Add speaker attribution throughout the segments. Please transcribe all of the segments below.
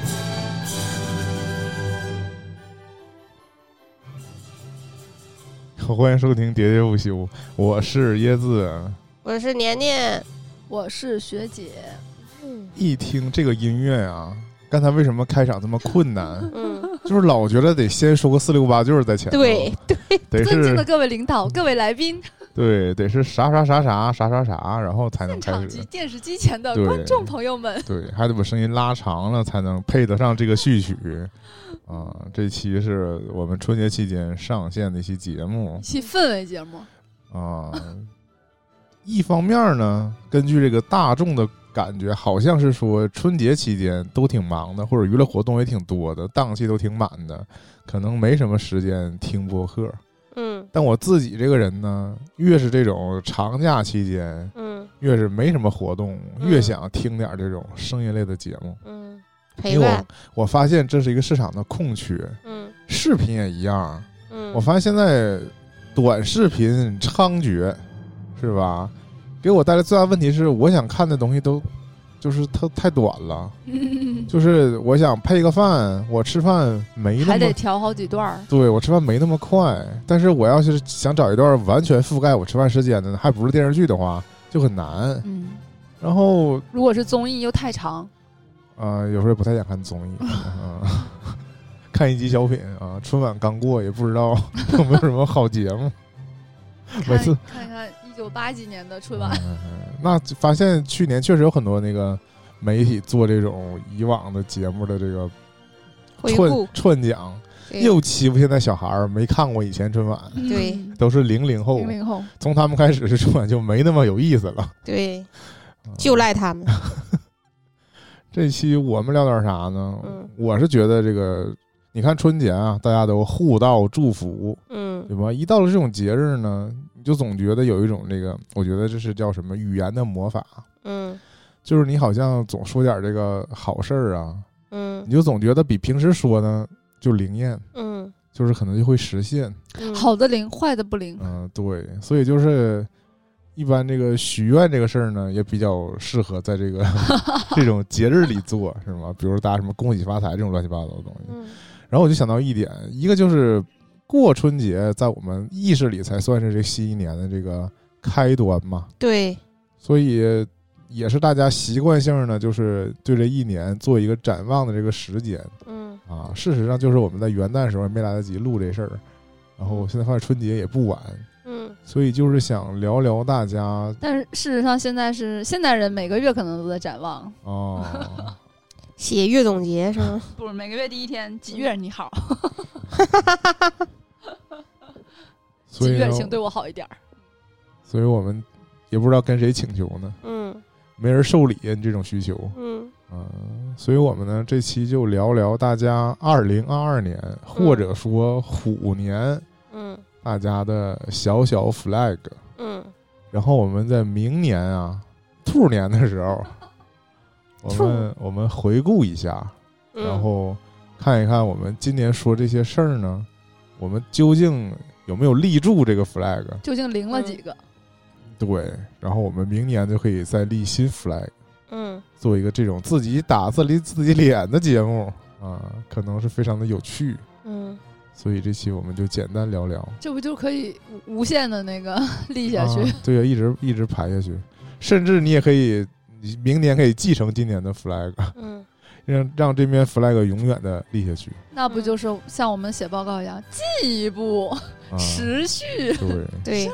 Speaker 1: 欢迎收听《喋喋不休》，我是椰子。
Speaker 2: 我是年年，
Speaker 3: 我是学姐，
Speaker 1: 一听这个音乐啊，刚才为什么开场这么困 难？
Speaker 2: 嗯，
Speaker 1: 就是老觉得得先说个四六八句儿在前头，
Speaker 2: 对，
Speaker 1: 得
Speaker 3: 尊敬的
Speaker 1: 是
Speaker 3: 各位领导、各位来宾，
Speaker 1: 对，得是啥啥啥啥啥啥啥，然后才能 嗯
Speaker 3: 现
Speaker 1: 开
Speaker 3: 场及
Speaker 1: 始。
Speaker 3: 电视机前的
Speaker 1: 对
Speaker 3: 观众朋友们，
Speaker 1: 对，还得把声音拉长了才能配得上这个序曲。啊、这期是我们春节期间上线的一期节目
Speaker 3: 一。期氛围节目，
Speaker 1: 啊、一方面呢，根据这个大众的感觉，好像是说春节期间都挺忙的，或者娱乐活动也挺多的，档期都挺满的，可能没什么时间听播客。
Speaker 2: 嗯
Speaker 1: 但我自己这个人呢，越是这种长假期间，
Speaker 2: 嗯
Speaker 1: 越是没什么活动，
Speaker 2: 嗯
Speaker 1: 越想听点这种声音类的节目。
Speaker 2: 嗯，
Speaker 1: 因
Speaker 2: 陪
Speaker 1: 为
Speaker 2: 伴，
Speaker 1: 我我发现这是一个市场的空缺，
Speaker 2: 嗯
Speaker 1: 视频也一样。
Speaker 2: 嗯，
Speaker 1: 我发现现在短视频猖獗，是吧？给我带来最大问题是，我想看的东西都就是它太短 了，就是我想配个饭，我吃饭没那
Speaker 3: 还得
Speaker 1: 么。
Speaker 3: 调好几段儿，
Speaker 1: 对我吃饭没那么快，但是我要是想找一段完全覆盖我吃饭时间的，还不是电视剧的话，就很难。
Speaker 3: 嗯，
Speaker 1: 然后
Speaker 3: 如果是综艺又太长，
Speaker 1: 啊、有时候也不太想看综 艺，啊、 看一集小品啊、春晚刚过，也不知道 有没有什么好节目。 每
Speaker 3: 看
Speaker 1: 次
Speaker 3: 看看一九八几年的春 晚，
Speaker 1: 嗯那就发现去年确实有很多那个媒体做这种以往的节目的这个
Speaker 2: 回顾
Speaker 1: 串串讲，
Speaker 2: 对
Speaker 1: 又欺负现在小孩儿没看过以前春晚，
Speaker 2: 对
Speaker 3: 嗯
Speaker 1: 都是零零后
Speaker 3: 零，零后，
Speaker 1: 从他们开始，春晚就没那么有意思了。
Speaker 2: 对，就赖他们，
Speaker 1: 这期我们聊点啥呢？
Speaker 2: 嗯
Speaker 1: 我是觉得这个，你看春节啊，大家都互道祝福，
Speaker 2: 嗯
Speaker 1: 对吧？一到了这种节日呢，你就总觉得有一种这个，我觉得这是叫什么语言的魔法，
Speaker 2: 嗯
Speaker 1: 就是你好像总说点这个好事儿啊，
Speaker 2: 嗯
Speaker 1: 你就总觉得比平时说呢就灵验，
Speaker 2: 嗯
Speaker 1: 就是可能就会实现。
Speaker 2: 嗯，
Speaker 3: 好的灵，坏的不灵，
Speaker 1: 嗯、对，所以就是一般这个许愿这个事儿呢，也比较适合在这个这种节日里做，是吗？比如大家什么恭喜发财这种乱七八糟的东西。
Speaker 2: 嗯，
Speaker 1: 然后我就想到一点，一个就是过春节，在我们意识里才算是这新一年的这个开端嘛，
Speaker 2: 对，
Speaker 1: 所以也是大家习惯性呢，就是对这一年做一个展望的这个时间
Speaker 2: 嗯
Speaker 1: 啊。事实上，就是我们在元旦的时候也没来得及录这事儿，然后现在发现春节也不晚，
Speaker 2: 嗯
Speaker 1: 所以就是想聊聊大家啊、
Speaker 3: 但是事实上现在是现代人每个月可能都在展望，
Speaker 1: 啊
Speaker 2: 写月总结是吗？
Speaker 3: 不是每个月第一天几月你好，
Speaker 1: 所
Speaker 3: 几
Speaker 1: 以呢
Speaker 3: 月请对我好一点
Speaker 1: 哦
Speaker 3: 儿，
Speaker 1: 所以我们也不知道跟谁请求呢，
Speaker 2: 嗯
Speaker 1: 没人受理你这种需求。
Speaker 2: 嗯
Speaker 1: 嗯，所以我们呢这期就聊聊大家二零二二年或者说虎年
Speaker 2: 嗯
Speaker 1: 大家的小小 flag，
Speaker 2: 嗯，
Speaker 1: 然后我们在明年啊兔年的时 候，我们我们回顾一下，
Speaker 2: 嗯
Speaker 1: 然后看一看我们今年说这些事儿呢，我们究竟有没有立住这个 flag？
Speaker 3: 究竟灵了几个？
Speaker 1: 对，然后我们明年就可以再立新 flag。
Speaker 2: 嗯
Speaker 1: 做一个这种自己打自己自己脸的节目啊，可能是非常的有趣。
Speaker 2: 嗯
Speaker 1: 所以这期我们就简单聊聊
Speaker 3: 这不就可以无无限的那个 立下去？
Speaker 1: 啊对呀、一直一直排下去，甚至你也可以，你明年可以继承今年的 flag，
Speaker 2: 嗯
Speaker 1: 让让这边 flag 永远的立下去。
Speaker 3: 那不就是像我们写报告一样，进一步、
Speaker 1: 啊、
Speaker 3: 持续
Speaker 1: 对。
Speaker 2: 对，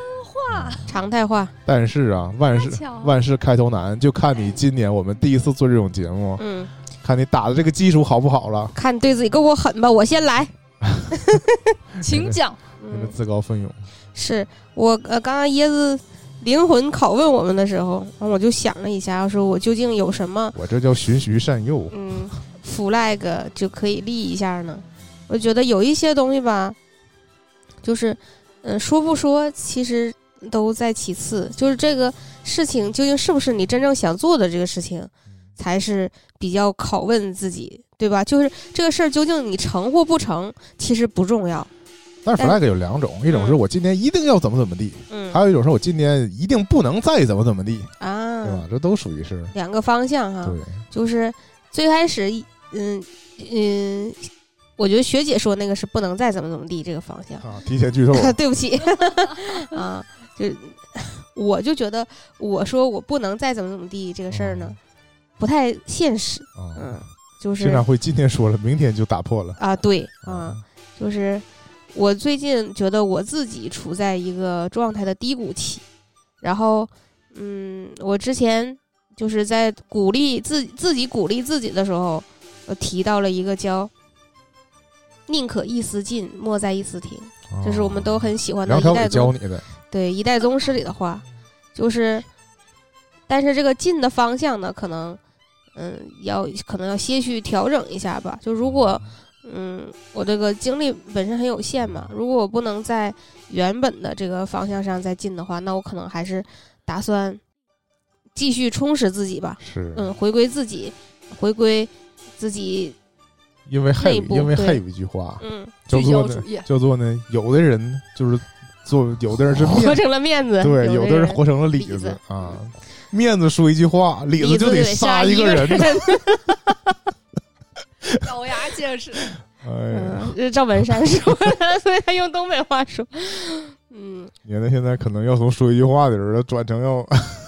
Speaker 3: 化
Speaker 2: 常态化，
Speaker 1: 但是啊，万事
Speaker 3: 巧
Speaker 1: 万事开头难，就看你今年我们第一次做这种节目，
Speaker 2: 嗯，
Speaker 1: 看你打的这个基础好不好了。
Speaker 2: 看对自己够不够狠吧，我先来，
Speaker 3: 请讲。
Speaker 1: 真的
Speaker 2: 嗯，
Speaker 1: 自告奋勇，
Speaker 2: 是我呃，刚刚椰子灵魂拷问我们的时候，然后我就想了一下，我说我究竟有什么
Speaker 1: 我这叫循循善诱。
Speaker 2: 嗯 flag 就可以立一下呢？我觉得有一些东西吧，就是嗯、呃说不说其实都在其次，就是这个事情究竟是不是你真正想做的这个事情，
Speaker 1: 嗯
Speaker 2: 才是比较拷问自己，对吧？就是这个事儿究竟你成或不成，其实不重要。
Speaker 1: 但是 flag 有两种，一种是我今年一定要怎么怎么地，
Speaker 2: 哎嗯
Speaker 1: 还有一种是我今年一定不能再怎么怎么地，对
Speaker 2: 啊
Speaker 1: 吧，？这都属于是
Speaker 2: 嗯两个方向哈。
Speaker 1: 对，
Speaker 2: 就是最开始一，嗯嗯，我觉得学姐说那个是不能再怎么怎么地这个方向。
Speaker 1: 啊，提前剧透了
Speaker 2: 对不起啊，就我就觉得我说我不能再怎么怎么地这个事儿呢，不太现实。嗯
Speaker 1: 啊，，
Speaker 2: 就
Speaker 1: 生
Speaker 2: 是
Speaker 1: 产会今天说了，明天就打破了
Speaker 2: 啊，对
Speaker 1: 嗯
Speaker 2: 啊，，就是我最近觉得我自己处在一个状态的低谷期，然后嗯，我之前就是在鼓励自自己鼓励自己的时候，我提到了一个叫“宁可一丝进，莫在一丝停”，
Speaker 1: 啊
Speaker 2: 这是我们都很喜欢的
Speaker 1: 梁
Speaker 2: 一
Speaker 1: 朝
Speaker 2: 代
Speaker 1: 伟教
Speaker 2: 宗
Speaker 1: 你的
Speaker 2: 对《一代宗师》里的话，就是，但是这个进的方向呢，可能，嗯，要可能要些许调整一下吧。就如果，嗯，我这个精力本身很有限嘛，如果我不能在原本的这个方向上再进的话，那我可能还是打算继续充实自己吧。
Speaker 1: 是，
Speaker 2: 嗯，回归自己，回归自己，
Speaker 1: 因为还有
Speaker 2: 内部
Speaker 1: 因为还
Speaker 2: 对
Speaker 1: 有一句话
Speaker 2: 嗯，
Speaker 1: 叫
Speaker 3: 聚
Speaker 1: 做
Speaker 3: 焦
Speaker 1: 呢
Speaker 3: 主义，
Speaker 1: 叫做呢，有的人就是做，有的人是
Speaker 2: 活
Speaker 1: 面子，
Speaker 2: 成了面子。
Speaker 1: 对，有
Speaker 2: 有
Speaker 1: 的人活成了里
Speaker 2: 里子
Speaker 1: 子啊，面子说一句话，里
Speaker 2: 里
Speaker 1: 子就
Speaker 2: 得
Speaker 1: 杀
Speaker 2: 一
Speaker 1: 个 人。
Speaker 2: 人。
Speaker 3: 咬牙切齿。
Speaker 1: 哎呀，
Speaker 2: 嗯，这是赵本山说的， 所以他用东北话说。嗯
Speaker 1: 年代现在可能要从说一句话的人儿转成要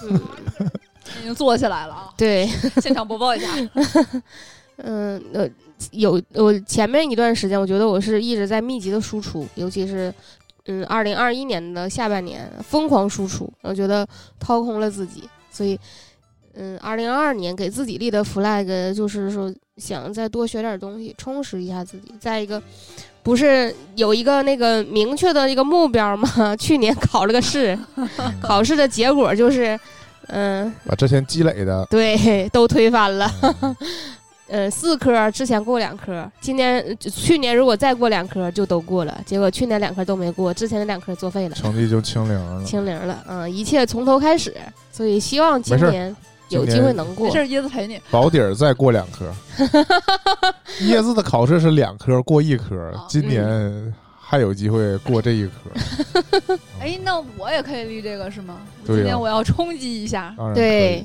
Speaker 2: 嗯，
Speaker 3: 已经坐起来了啊！
Speaker 2: 对，
Speaker 3: 现场播 报一下，
Speaker 2: 嗯呃，有我前面一段时间，我觉得我是一直在密集的输出，尤其是嗯二零二一年的下半年疯狂输出，我觉得掏空了自己，所以。嗯，二零二二年给自己立的 flag 就是说，想再多学点东西，充实一下自己。再一个，不是有一个那个明确的一个目标吗？ 去年考了个试，考试的结果就是，嗯、
Speaker 1: 把之前积累 的嗯
Speaker 2: 对，都推翻了。呃，四科之前过两科，今年呃去年如果再过两科就都过了，结果去年两科都没过，之前的两科作废了，
Speaker 1: 成绩就清零了。
Speaker 2: 清零了，嗯，一切从头开始，所以希望今
Speaker 1: 没事儿
Speaker 2: 年
Speaker 1: 今
Speaker 2: 有机
Speaker 1: 年
Speaker 2: 会能
Speaker 3: 没
Speaker 2: 过
Speaker 3: 事，。椰子陪你。
Speaker 1: 保底儿再过两科。椰子的考试是两科过一科
Speaker 3: 哦，
Speaker 1: 今年还有机会过这一科。
Speaker 3: 哎，那我也可以立这个是吗？
Speaker 1: 哦对呀啊哦
Speaker 3: 今天我要冲击一下。
Speaker 1: 当然可以
Speaker 2: 对，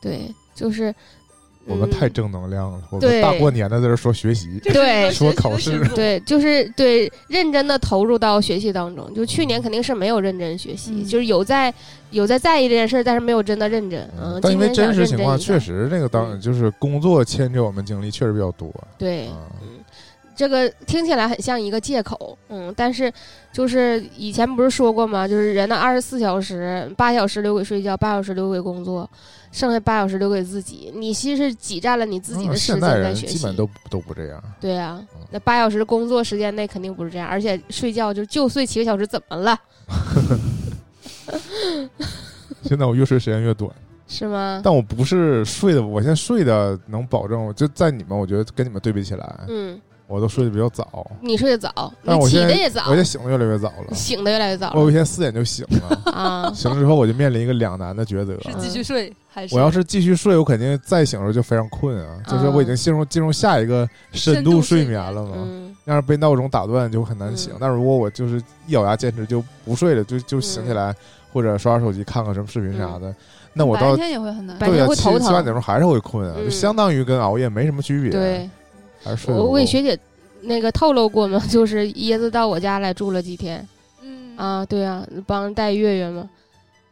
Speaker 2: 对，就是
Speaker 1: 我们太
Speaker 2: 嗯
Speaker 1: 正能量了。我们
Speaker 2: 对
Speaker 1: 大过年的在这说学习，
Speaker 3: 这是一个
Speaker 2: 对
Speaker 3: 学习的
Speaker 1: 说考试
Speaker 3: 群组，
Speaker 2: 对，就是对认真的投入到学习当中。就去年肯定是没有认真学习，
Speaker 3: 嗯
Speaker 2: 就是有在有在在意这件事儿，但是没有真的认真。嗯，
Speaker 1: 但因为
Speaker 2: 今年
Speaker 1: 真
Speaker 2: 想
Speaker 1: 实
Speaker 2: 认
Speaker 1: 情
Speaker 2: 真
Speaker 1: 况，
Speaker 2: 一
Speaker 1: 确
Speaker 2: 下
Speaker 1: 实那个当
Speaker 2: 嗯
Speaker 1: 就是工作牵扯我们精力确实比较多
Speaker 2: 对。
Speaker 1: 啊。
Speaker 2: 这个听起来很像一个借口，嗯，但是就是以前不是说过吗？就是人的二十四小时，八小时留给睡觉，八小时留给工作，剩下八小时留给自己。你其实挤占了你自己
Speaker 1: 嗯
Speaker 2: 的时
Speaker 1: 现
Speaker 2: 间
Speaker 1: 代
Speaker 2: 在
Speaker 1: 人
Speaker 2: 学
Speaker 1: 基
Speaker 2: 习。
Speaker 1: 本都都不这样。
Speaker 2: 对啊
Speaker 1: 嗯，
Speaker 2: 那八小时工作时间内肯定不是这样，而且睡觉就就睡七个小时，怎么了？
Speaker 1: 现在我越睡时间越短，
Speaker 2: 是吗？
Speaker 1: 但我不是睡的，我现在睡的能保证，我就在你们，我觉得跟你们对比起来，
Speaker 2: 嗯，
Speaker 1: 我都睡得比较早，
Speaker 2: 你睡得早，
Speaker 1: 但
Speaker 2: 你
Speaker 1: 我
Speaker 2: 起
Speaker 1: 现
Speaker 2: 的
Speaker 1: 在
Speaker 2: 也
Speaker 1: 我
Speaker 2: 早
Speaker 1: 现，在醒的越来越早了
Speaker 2: 你。醒的越来越早
Speaker 1: 我有一
Speaker 2: 了
Speaker 1: 天四点就醒 了，。
Speaker 2: 啊
Speaker 1: 醒了之后我就面临一个两难的抉择。
Speaker 2: 嗯
Speaker 3: 是继续睡还是？
Speaker 1: 我要是继续睡，我肯定再醒的时候就非常困
Speaker 2: 嗯
Speaker 1: 啊，就是我已经进入进入下一个深
Speaker 3: 深度
Speaker 1: 度睡
Speaker 3: 睡眠
Speaker 1: 眠了嘛。
Speaker 2: 嗯，
Speaker 1: 要是被闹钟打断就很难醒
Speaker 2: 嗯。
Speaker 1: 但如果我就是一咬牙坚持就不睡了，就就醒起来或者刷刷手机看看什么视频啥的，那我
Speaker 3: 白
Speaker 1: 到
Speaker 3: 天也会很难
Speaker 2: 嗯白
Speaker 1: 对
Speaker 2: 天
Speaker 1: 啊
Speaker 2: 会
Speaker 1: 七
Speaker 2: 头
Speaker 1: 七八
Speaker 2: 疼
Speaker 1: 点钟还是会困啊，就
Speaker 2: 嗯
Speaker 1: 相当于跟熬夜没什么区别。
Speaker 2: 对。
Speaker 1: 还是睡得
Speaker 2: 我
Speaker 1: 不
Speaker 2: 我给
Speaker 1: 够
Speaker 2: 学姐那个透露过吗？ 就是椰子到我家来住了几天
Speaker 3: 嗯，
Speaker 2: 啊，对啊，帮带月月嘛。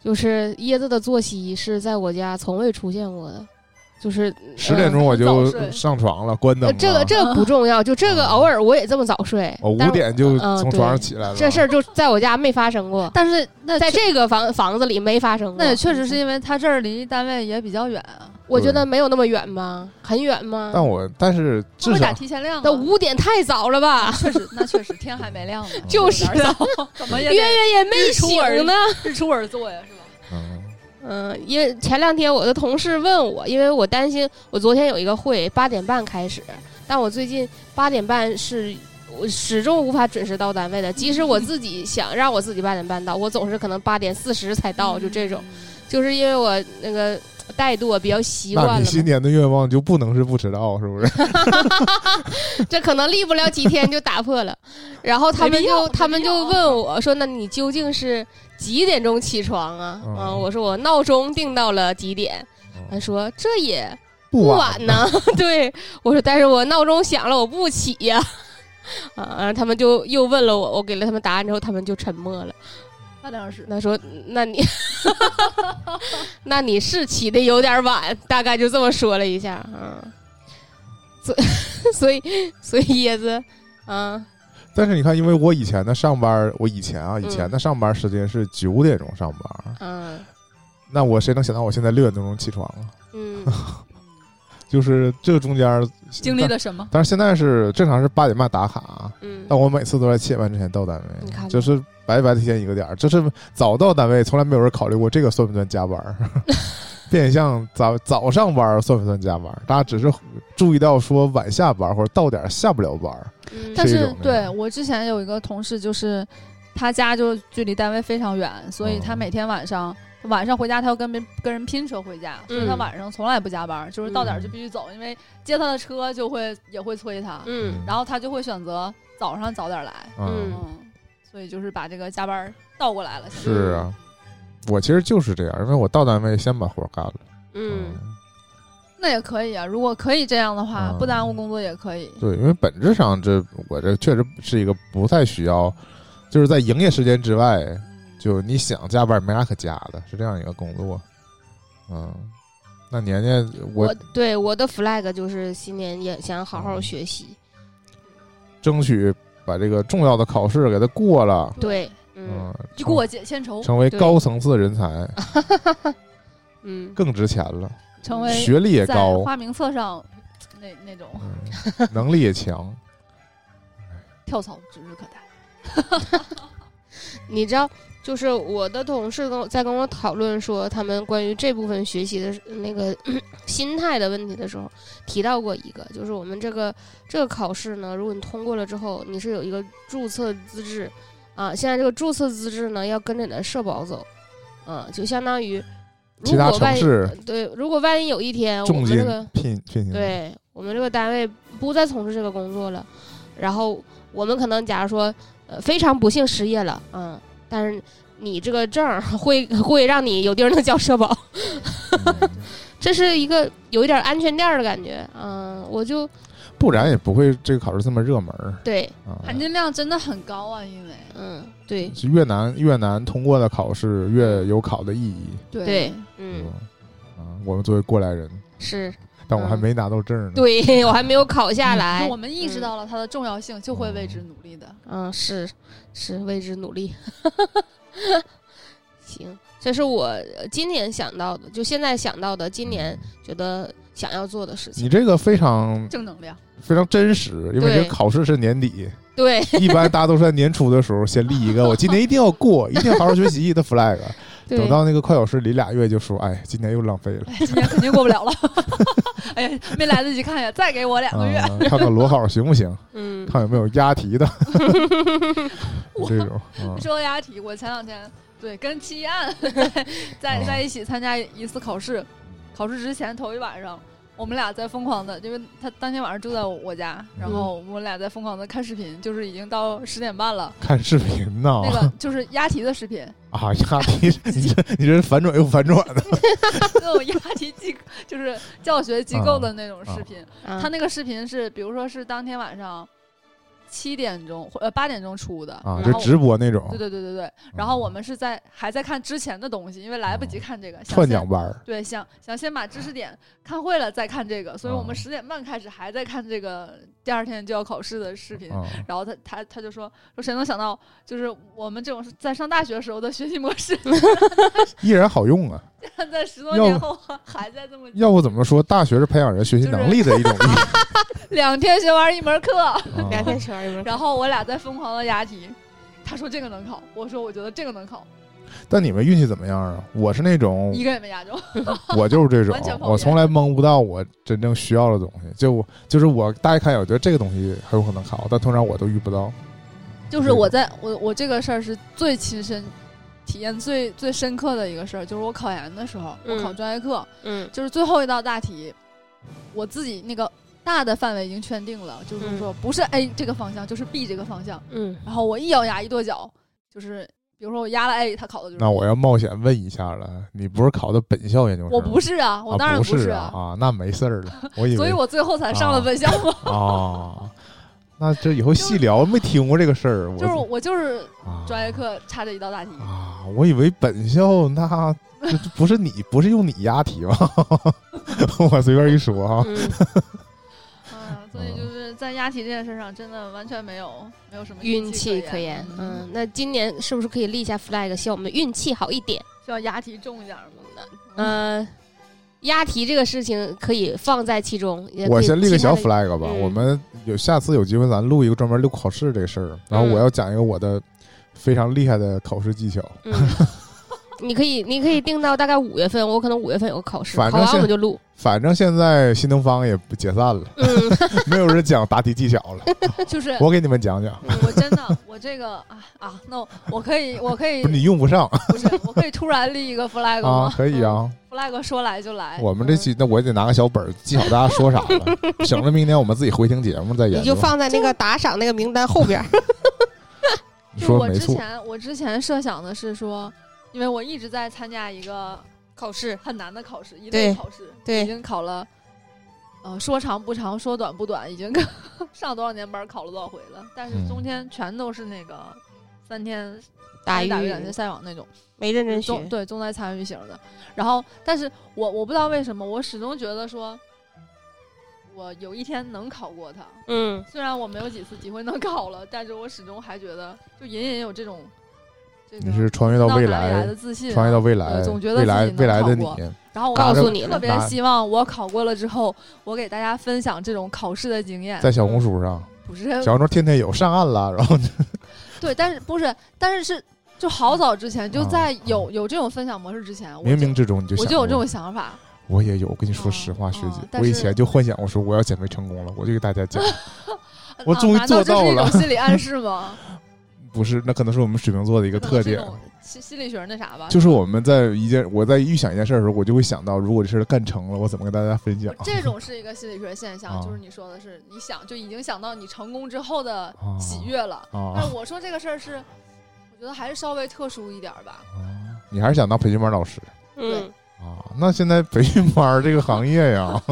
Speaker 2: 就是椰子的作息是在我家从未出现过的，就是
Speaker 1: 十点
Speaker 2: 嗯
Speaker 1: 钟我
Speaker 3: 早
Speaker 1: 就
Speaker 3: 睡
Speaker 1: 上床了，关
Speaker 2: 呃
Speaker 1: 灯
Speaker 2: 呃
Speaker 1: 了。
Speaker 2: 这个这
Speaker 3: 哦
Speaker 2: 个不重要，就这个偶尔我也这么早睡，
Speaker 1: 哦我五
Speaker 2: 但是
Speaker 1: 点就
Speaker 2: 嗯
Speaker 1: 从
Speaker 2: 对
Speaker 1: 床上起来了。
Speaker 2: 这事儿就在我家没发 生过，
Speaker 3: 但是那
Speaker 2: 在
Speaker 3: 确
Speaker 2: 这个房房子里没发生过。
Speaker 3: 那也确
Speaker 1: 嗯
Speaker 3: 实是，因为他这儿离单位也比较远啊，
Speaker 2: 我觉得没有那么远吧，很远吗？
Speaker 1: 但我但是
Speaker 3: 他
Speaker 1: 至
Speaker 3: 会
Speaker 1: 少，
Speaker 3: 打提前量吗。
Speaker 2: 那五点太早了吧？
Speaker 3: 确实，那确实天还没亮 呢
Speaker 2: 就是
Speaker 3: 有点早，怎么也
Speaker 2: 月
Speaker 3: 得
Speaker 2: 月也没
Speaker 3: 日出而
Speaker 2: 醒呢。
Speaker 3: 日出而作呀，是吧？
Speaker 1: 嗯
Speaker 2: 嗯，因为前两天我的同事问我，因为我担心我昨天有一个会八点半开始，但我最近八点半是我始终无法准时到单位的，即使我自 己想让我自己八点半到，我总是可能八点四十才到，就这
Speaker 3: 嗯
Speaker 2: 种，就是因为我那个怠惰比较习惯
Speaker 1: 那你
Speaker 2: 了
Speaker 1: 新
Speaker 2: 嘛，
Speaker 1: 年的愿望就不能是不迟到，是 不是？
Speaker 2: 这可能立不了几天就打破了。然后他们
Speaker 3: 没必要
Speaker 2: 就他们
Speaker 3: 没必要
Speaker 2: 就问我说：“那你究竟是几点钟起床啊？”
Speaker 1: 嗯
Speaker 2: 嗯，我说我闹钟定到了几点。他
Speaker 1: 嗯
Speaker 2: 说这也
Speaker 1: 不
Speaker 2: 晚呢。 对我说，但是我闹钟响了，我不起呀、 啊。然后他们就又问了我，我给了他们答案之后，他们就沉默了。
Speaker 3: 半两小时，
Speaker 2: 他说：“那你， 那你是起的有点晚，大概就这么说了一下啊。”所 所以所以椰子啊，
Speaker 1: 但是你看，因为我以前的上班，我以前啊，以前的上班时间是九点钟上班，
Speaker 2: 嗯
Speaker 1: 那我谁能想到我现在六点多钟起床啊？
Speaker 2: 嗯，
Speaker 1: 就是这中间儿
Speaker 3: 经历，了什么？
Speaker 1: 但但是现在是正常是八点半打卡啊，
Speaker 2: 嗯，
Speaker 1: 但我每次都在七点半之前到单
Speaker 2: 你看
Speaker 1: 位，啊就是白白提前一个点儿，就是早到单位，从来没有人考虑过这个算不算加班儿， 变相早早上班儿算不算加班儿？大家只是注意到说晚下班儿或者到点儿下不了班儿，
Speaker 2: 嗯
Speaker 3: 但
Speaker 1: 是一
Speaker 3: 是
Speaker 1: 种那
Speaker 3: 对
Speaker 1: 种
Speaker 3: 我之前有一个同事，就是他家就距离单位非常远，所以他
Speaker 1: 嗯
Speaker 3: 每天晚上。晚上回家，他要跟别跟人拼车回家，所以他
Speaker 1: 嗯
Speaker 3: 晚上从来不加班，就是到点儿就必须走，因为接他的车就会也会催他，
Speaker 2: 嗯
Speaker 3: 然后他就会选择早上早点儿来，
Speaker 1: 嗯
Speaker 2: 嗯
Speaker 3: 嗯，所以就是把这个加班儿倒过来了。现在
Speaker 1: 是啊，我其实就是这样，因为我到单位先把活儿干了。
Speaker 2: 嗯，
Speaker 3: 那也可以啊，如果可以这样的话，
Speaker 1: 嗯
Speaker 3: 不耽误工作也可以。
Speaker 1: 对，因为本质上这我这确实是一个不太需要，就是在营业时间之外，就你想加班没啥可加的，是这样一个工作。嗯，那年年我
Speaker 2: 我对我的 flag 就是新年也想好好学习，
Speaker 1: 争取把这个重要的考试给它过了，
Speaker 2: 对，嗯
Speaker 1: 嗯，
Speaker 3: 一过节献丑，
Speaker 1: 成为
Speaker 2: 对
Speaker 1: 高层次的人才，
Speaker 2: 嗯，
Speaker 1: 更值钱了，
Speaker 3: 成为
Speaker 1: 学历也
Speaker 3: 在
Speaker 1: 高，
Speaker 3: 花名册上那那种
Speaker 1: 嗯能力也强。
Speaker 3: 跳槽指日可待。
Speaker 2: 你知道，就是我的同事跟我在跟我讨论说他们关于这部分学习的那个 心态的问题的时候，提到过一个，就是我们这个这个考试呢，如果你通过了之后，你是有一个注册资质啊，现在这个注册资质呢要跟着你的社保走，啊，就相当于如
Speaker 1: 其他
Speaker 2: 果
Speaker 1: 城
Speaker 2: 万一
Speaker 1: 市
Speaker 2: 对，如果万一有一天我
Speaker 1: 重
Speaker 2: 们
Speaker 1: 金
Speaker 2: 这个
Speaker 1: 聘聘请，
Speaker 2: 对我们这个单位不再从事这个工作了，然后我们可能假如说呃非常不幸失业了，嗯，但是你这个证儿会会让你有地儿能交社保，
Speaker 1: 嗯
Speaker 2: 这是一个有一点安全垫儿的感觉，嗯，我就
Speaker 1: 不然也不会这个考试这么热门儿
Speaker 2: 对，
Speaker 1: 啊。
Speaker 3: 含金量真的很高啊，因为
Speaker 2: 嗯对
Speaker 1: 是越难越难通过的考试越有考的意义，
Speaker 3: 对
Speaker 2: 对，
Speaker 1: 是
Speaker 2: 嗯
Speaker 1: 吧？啊，我们作为过来人，
Speaker 2: 是
Speaker 1: 但我还
Speaker 2: 嗯
Speaker 1: 没拿到证儿呢。，
Speaker 2: 对 我还没有考下来，
Speaker 3: 我们意识到了它的重要性，就会为之努力的。
Speaker 2: 嗯，是是，为之努力。 行，这是我呃今年想到的，就现在想到的，今年觉得想要做的事
Speaker 1: 你
Speaker 2: 情。
Speaker 1: 这个非常
Speaker 3: 正能量，
Speaker 1: 非常真实，因为
Speaker 2: 对
Speaker 1: 这个考试是年底，
Speaker 2: 对，
Speaker 1: 一般大家都是在年初的时候先立一个我今年一定要过，一定要好好学习的 flag。
Speaker 2: 对
Speaker 1: 等，到那个快考试离俩月，就说哎，今年又浪费了。
Speaker 3: 哎，今年肯定过不了 了。哎呀，没来得及看呀，再给我两
Speaker 1: 啊
Speaker 3: 个月。，
Speaker 1: 看看裸考行不行，
Speaker 2: 嗯，
Speaker 1: 看有没有押题 的
Speaker 3: 我
Speaker 1: 这种。啊
Speaker 3: 说到押题，我前两天对跟七案 在在在一起参加一次考试，考试之前头一晚上，我们俩在疯狂的，因为他当天晚上住在我家，然后我们俩在疯狂的看视频，就是已经到十点半了，
Speaker 1: 看视频呢
Speaker 3: 那个就是押题的视频，
Speaker 1: 啊，押题， 你这你这是反转又反转的，
Speaker 3: 那种押题机 就是教学机构的那种视频。
Speaker 2: 啊嗯
Speaker 3: 他那个视频是，比如说是当天晚上七点钟或呃八点钟出的，
Speaker 1: 啊，
Speaker 3: 然
Speaker 1: 就
Speaker 3: 后
Speaker 1: 直播那种
Speaker 3: 对对对对对，然后我们是在还在看之前的东西，因为来不及看这个，想
Speaker 1: 串
Speaker 3: 先
Speaker 1: 讲班儿，
Speaker 3: 对，想想先把知识点看会了再看这个，所以我
Speaker 1: 啊
Speaker 3: 们十点半开始还在看这个第二天就要考试的视频。
Speaker 1: 啊，
Speaker 3: 然后他他他就说说谁能想到，就是我们这种是在上大学时候的学习模式，
Speaker 1: 依然好用啊。
Speaker 3: 在十多
Speaker 1: 要
Speaker 3: 年后还在这么
Speaker 1: 要不怎么说大学是培养人学习能力的 一种力？
Speaker 3: 两天学完一门课，
Speaker 2: 聊
Speaker 1: 啊
Speaker 2: 天圈儿有没有？
Speaker 3: 然后我俩在疯狂的押题。他说这个能考，我说我觉得这个能考，
Speaker 1: 但你们运气怎么样啊？我是那种，
Speaker 3: 一个也没押中。
Speaker 1: 我就是这
Speaker 3: 完全
Speaker 1: 种，
Speaker 3: 跑
Speaker 1: 我从来蒙不到我真正需要的东西。就我就是我大家看，我觉得这个东西很有可能考，但通常我都遇不
Speaker 3: 嗯
Speaker 1: 到。
Speaker 3: 就是我在我我这个事儿是最亲身体验最最深刻的一个事儿，就是我考研的时候，我考
Speaker 2: 嗯
Speaker 3: 专业课，
Speaker 2: 嗯
Speaker 3: 就是最后一道大题，我自己那个大的范围已经圈定了，就是说不是 A 这个方向，就是 B 这个方向。
Speaker 2: 嗯
Speaker 3: 然后我一咬牙一跺脚，就是比如说我压了 A，他考的就是 B。
Speaker 1: 那我要冒险问一下了，你不是考的本校研究生吗？
Speaker 3: 我不是啊，我当然
Speaker 1: 啊、
Speaker 3: 不
Speaker 1: 不
Speaker 3: 是
Speaker 1: 啊，啊，那没事儿了。我以为
Speaker 3: 所以我最后才上了本校嘛。
Speaker 1: 啊，那这以后细聊，没听过这个事儿，我
Speaker 3: 就是我就是
Speaker 1: 啊
Speaker 3: 专业课差这一道大题，
Speaker 1: 啊，我以为本校那这这不是你，不是用你押题吧？ 我随便一说啊，
Speaker 2: 嗯，
Speaker 3: 嗯，所以就是在押题这件事上，真的完全没有没有什么
Speaker 2: 运气
Speaker 3: 可
Speaker 2: 可言。嗯，那今年是不是可以立一下 flag，希望我们运气好一点？
Speaker 3: 需要押题重一点吗？
Speaker 2: 嗯、押题这个事情可以放在其中，也可以
Speaker 1: 我先立个
Speaker 2: 其他
Speaker 1: 小
Speaker 2: 的
Speaker 1: flag 吧，
Speaker 2: 嗯
Speaker 1: 我们有下次有机会咱录一个专门录考试这个事儿，然后
Speaker 2: 嗯
Speaker 1: 我要讲一个我的非常厉害的考试技巧。
Speaker 2: 嗯， 你可以，你可以定到大概五月份，我可能五月份有个考试，
Speaker 1: 反
Speaker 2: 考
Speaker 1: 正
Speaker 2: 完我
Speaker 1: 现
Speaker 2: 们就录。
Speaker 1: 反正现在新东方也不解散了，
Speaker 2: 嗯，
Speaker 1: 没有人讲答题技巧 了，
Speaker 3: 就是
Speaker 1: 我给你们讲讲，
Speaker 3: 我真的我这个啊啊，那我可以我可以
Speaker 1: 不是你用不 上
Speaker 3: 不是我可以突然立一个 flag
Speaker 1: 啊，
Speaker 3: 吗
Speaker 1: 可以啊。
Speaker 3: ？flag 说来就
Speaker 2: 哎
Speaker 3: 来，嗯
Speaker 1: 我们这
Speaker 2: 嗯
Speaker 1: 期那我也得拿个小本儿记好大家说啥 了，省得明天我们自己回听节目再研究。
Speaker 2: 你就放在那个打赏那个名单后边儿。
Speaker 1: 你
Speaker 3: 就
Speaker 1: 说
Speaker 3: 我
Speaker 1: 没
Speaker 3: 之
Speaker 1: 错，
Speaker 3: 前我之前设想的是说，因为我一直在参加一个
Speaker 2: 考试，
Speaker 3: 很难的考试，一
Speaker 2: 对
Speaker 3: 类考试，
Speaker 2: 对
Speaker 3: 已经考了，呃，说长不长，说短不短，已经 上多少年班，考了多少回了。但是
Speaker 1: 嗯
Speaker 3: 中间全都是那个三天
Speaker 2: 打
Speaker 3: 鱼
Speaker 2: 鱼
Speaker 3: 打两天晒网那种，
Speaker 2: 没认真学，
Speaker 3: 重对重在参与型的。然后，但是我我不知道为什么，我始终觉得说。我有一天能考过它，
Speaker 2: 嗯，
Speaker 3: 虽然我没有几次机会能考了，但是我始终还觉得，就隐隐有这种，这个
Speaker 1: 你是穿越到
Speaker 3: 到
Speaker 1: 未
Speaker 3: 哪里
Speaker 1: 来
Speaker 3: 来的，自信啊、
Speaker 1: 穿越到未来，
Speaker 3: 呃总觉得
Speaker 1: 未来
Speaker 3: 自己能
Speaker 1: 未来的
Speaker 3: 考
Speaker 1: 你
Speaker 3: 过然后我
Speaker 2: 告
Speaker 1: 拿着
Speaker 2: 诉你
Speaker 3: 特
Speaker 2: 了，
Speaker 3: 别希望我考过了之后，我给大家分享这种考试的经验。
Speaker 1: 在小红书上，
Speaker 3: 不是
Speaker 1: 小红书天天有上岸了，然后
Speaker 3: 对，但是不是，但是是就好早之前，就
Speaker 1: 啊
Speaker 3: 在有有这种分享模式之前，我
Speaker 1: 冥
Speaker 3: 就
Speaker 1: 冥之中你就
Speaker 3: 我
Speaker 1: 想
Speaker 3: 就有这
Speaker 1: 过
Speaker 3: 种想法。
Speaker 1: 我也有，我跟你说
Speaker 3: 啊
Speaker 1: 实话，学
Speaker 3: 啊
Speaker 1: 姐，
Speaker 3: 但
Speaker 1: 我以
Speaker 3: 是
Speaker 1: 前就幻想我说我要减肥成功了，我就给大家 讲，我
Speaker 3: 啊
Speaker 1: 终于
Speaker 3: 难
Speaker 1: 做
Speaker 3: 道
Speaker 1: 到
Speaker 3: 这
Speaker 1: 了
Speaker 3: 是一种心理暗示 吗？
Speaker 1: 不是，那可能是我们水瓶座的一
Speaker 3: 一
Speaker 1: 个特点，
Speaker 3: 心心理学那啥吧。
Speaker 1: 就是我们在一件我在预想一件事儿的时候，我就会想到，如果这事儿干成了，我怎么跟大家分享
Speaker 3: 不？这种是一个心理学现象，
Speaker 1: 啊
Speaker 3: 就是你说的是你想就已经想到你成功之后的
Speaker 1: 啊
Speaker 3: 喜悦了。但
Speaker 1: 啊
Speaker 3: 是，我说这个事儿是，我觉得还是稍微特殊一点儿吧。
Speaker 1: 啊你还是想当培训班老师
Speaker 2: 嗯，
Speaker 1: 啊？那现在培训班儿这个行业 呀，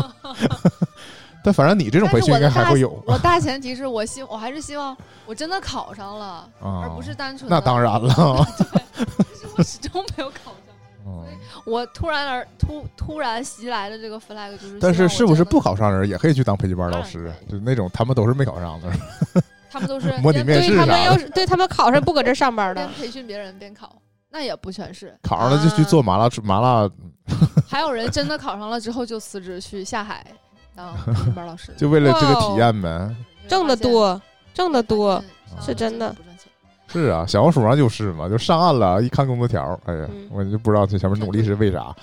Speaker 1: 但反正你这种培训应该还会有
Speaker 3: 我大前提是我希，我还是希望我真的考上了，
Speaker 1: 啊，
Speaker 3: 而不是单纯的。
Speaker 1: 那当然了，
Speaker 3: 是我始终没有考上。
Speaker 1: 嗯
Speaker 3: 我突然而突突然袭来的这个 flag 就是，
Speaker 1: 但
Speaker 3: 希望
Speaker 1: 是
Speaker 3: 我
Speaker 1: 是不是
Speaker 3: 真的
Speaker 1: 不？考上人也可以去当培训班老师
Speaker 3: 当然？可以
Speaker 1: 就那种他们都是没考上的，
Speaker 3: 他们都是
Speaker 1: 模拟
Speaker 3: 边
Speaker 1: 面试
Speaker 2: 对
Speaker 1: 啥的
Speaker 2: 他们要是对他们考上不搁这上班
Speaker 3: 边
Speaker 2: 的，
Speaker 3: 培训别人边考，那也不全是。
Speaker 1: 考上了就去做麻辣麻辣，
Speaker 3: 还有人真的考上了之后就辞职去下海 当培训班老师，
Speaker 1: 就为了这个
Speaker 2: 哇哦
Speaker 1: 体验呗。
Speaker 2: 挣得多，挣得多，，是真的
Speaker 3: 嗯不赚钱。
Speaker 1: 是啊，小红书上就是嘛，就上岸了，一看工资条，哎呀，
Speaker 2: 嗯
Speaker 1: 我就不知道这前面努力是为啥。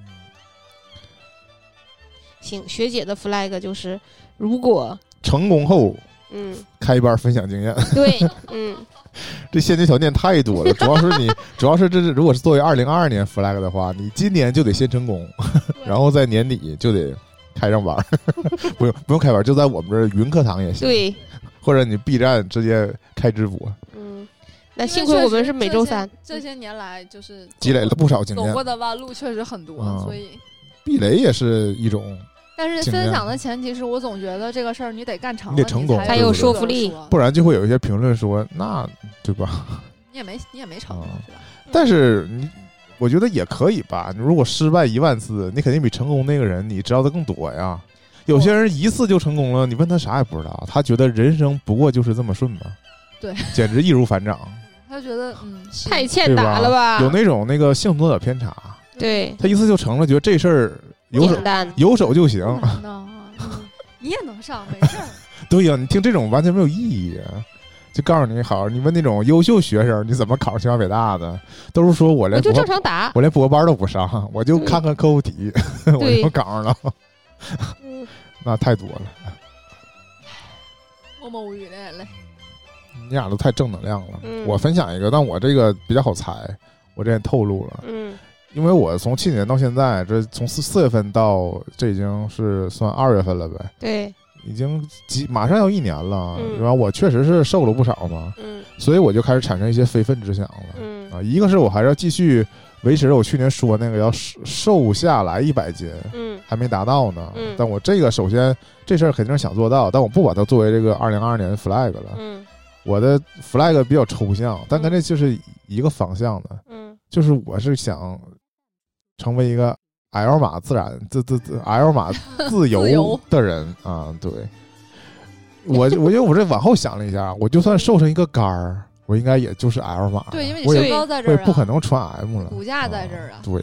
Speaker 2: 行，学姐的 flag 就是，如果，
Speaker 1: 成功后
Speaker 2: 嗯，
Speaker 1: 开班分享经验，
Speaker 2: 对，嗯，
Speaker 1: 这先决条件太多了，主要是你，主要是这是如果是作为二零二二年 flag 的话，你今年就得先成功， 然后在年底就得开上班儿， 不用不用开班儿，就在我们这儿云课堂也行，
Speaker 2: 对，
Speaker 1: 或者你 B 站直接开直播，
Speaker 2: 嗯，那幸亏我们是每周三，
Speaker 3: 这些年来就是
Speaker 1: 积累了不少经
Speaker 3: 走
Speaker 1: 验
Speaker 3: 过。的弯路确实很多，
Speaker 1: 嗯
Speaker 3: 所以。
Speaker 1: 避雷也是一种，
Speaker 3: 但是
Speaker 1: 尽
Speaker 3: 分
Speaker 1: 量
Speaker 3: 享的前提是我总觉得这个事儿你得干成了，
Speaker 1: 你得成功
Speaker 3: 才
Speaker 1: 才有
Speaker 3: 资格
Speaker 2: 说服力
Speaker 3: 说
Speaker 1: 不然就会有一些评论说那对吧？
Speaker 3: 你也没你也没成功
Speaker 1: 啊
Speaker 3: 是吧？
Speaker 1: 但是你。我觉得也可以吧。你如果失败一万次，你肯定比成功那个人你知道的更多呀。有些人一次就成功了，你问他啥也不知道，他觉得人生不过就是这么顺嘛。
Speaker 3: 对，
Speaker 1: 简直易如反 掌，
Speaker 3: 他就觉得嗯，是
Speaker 2: 太欠打了吧？
Speaker 3: 啊
Speaker 1: 有那种那个幸存者偏差，
Speaker 2: 对，
Speaker 1: 他一次就成了，觉得这事儿有手
Speaker 2: 简单，
Speaker 1: 有手就行。
Speaker 3: 不难呢，嗯你也能上，没事儿。
Speaker 1: 对呀、你听这种完全没有意义。啊就告诉你好，你问那种优秀学生你怎么考上清华北大的，都是说我
Speaker 2: 我
Speaker 1: 连
Speaker 2: 就
Speaker 1: 博
Speaker 2: 正常答，
Speaker 1: 我连博班都不上，我就看看课后题， 我
Speaker 2: 对
Speaker 1: 就考上了。
Speaker 2: 嗯
Speaker 1: 那太多了，
Speaker 3: 默默无语的眼
Speaker 1: 哎
Speaker 3: 泪。
Speaker 1: 你俩都太正能量了。
Speaker 2: 嗯
Speaker 1: 我分享一个，但我这个比较好猜，我这也透露了，
Speaker 2: 嗯
Speaker 1: 因为我从去年到现在，这从四四月份到这已经是算二月份了呗。
Speaker 2: 对，
Speaker 1: 已经几马上要一年了，
Speaker 2: 嗯
Speaker 1: 然后我确实是瘦了不少嘛，
Speaker 2: 嗯
Speaker 1: 所以我就开始产生一些非分之想了
Speaker 2: 嗯
Speaker 1: 啊。一个是我还是要继续维持我去年说那个要瘦瘦下来一百斤，
Speaker 2: 嗯
Speaker 1: 还没达到呢
Speaker 2: 嗯。
Speaker 1: 但我这个首先这事儿肯定是想做到，但我不把它作为这个二零二二年的 flag 了。
Speaker 2: 嗯
Speaker 1: 我的 flag 比较抽象，但
Speaker 3: 嗯
Speaker 1: 跟这就是一个方向的，
Speaker 2: 嗯
Speaker 1: 就是我是想成为一个 L 码自然自自自 L 码自
Speaker 3: 自
Speaker 1: 由
Speaker 3: 由
Speaker 1: 的人啊，对。我我因为我这往后想了一下，我就算瘦成一个杆儿，我应该也就是 L 码了，
Speaker 3: 对，因为你
Speaker 1: 我也
Speaker 3: 身高在这
Speaker 1: 我也
Speaker 3: 儿
Speaker 1: 不可
Speaker 3: 啊，
Speaker 1: 能穿 M 了，哦
Speaker 3: 骨架在这儿啊
Speaker 1: 对，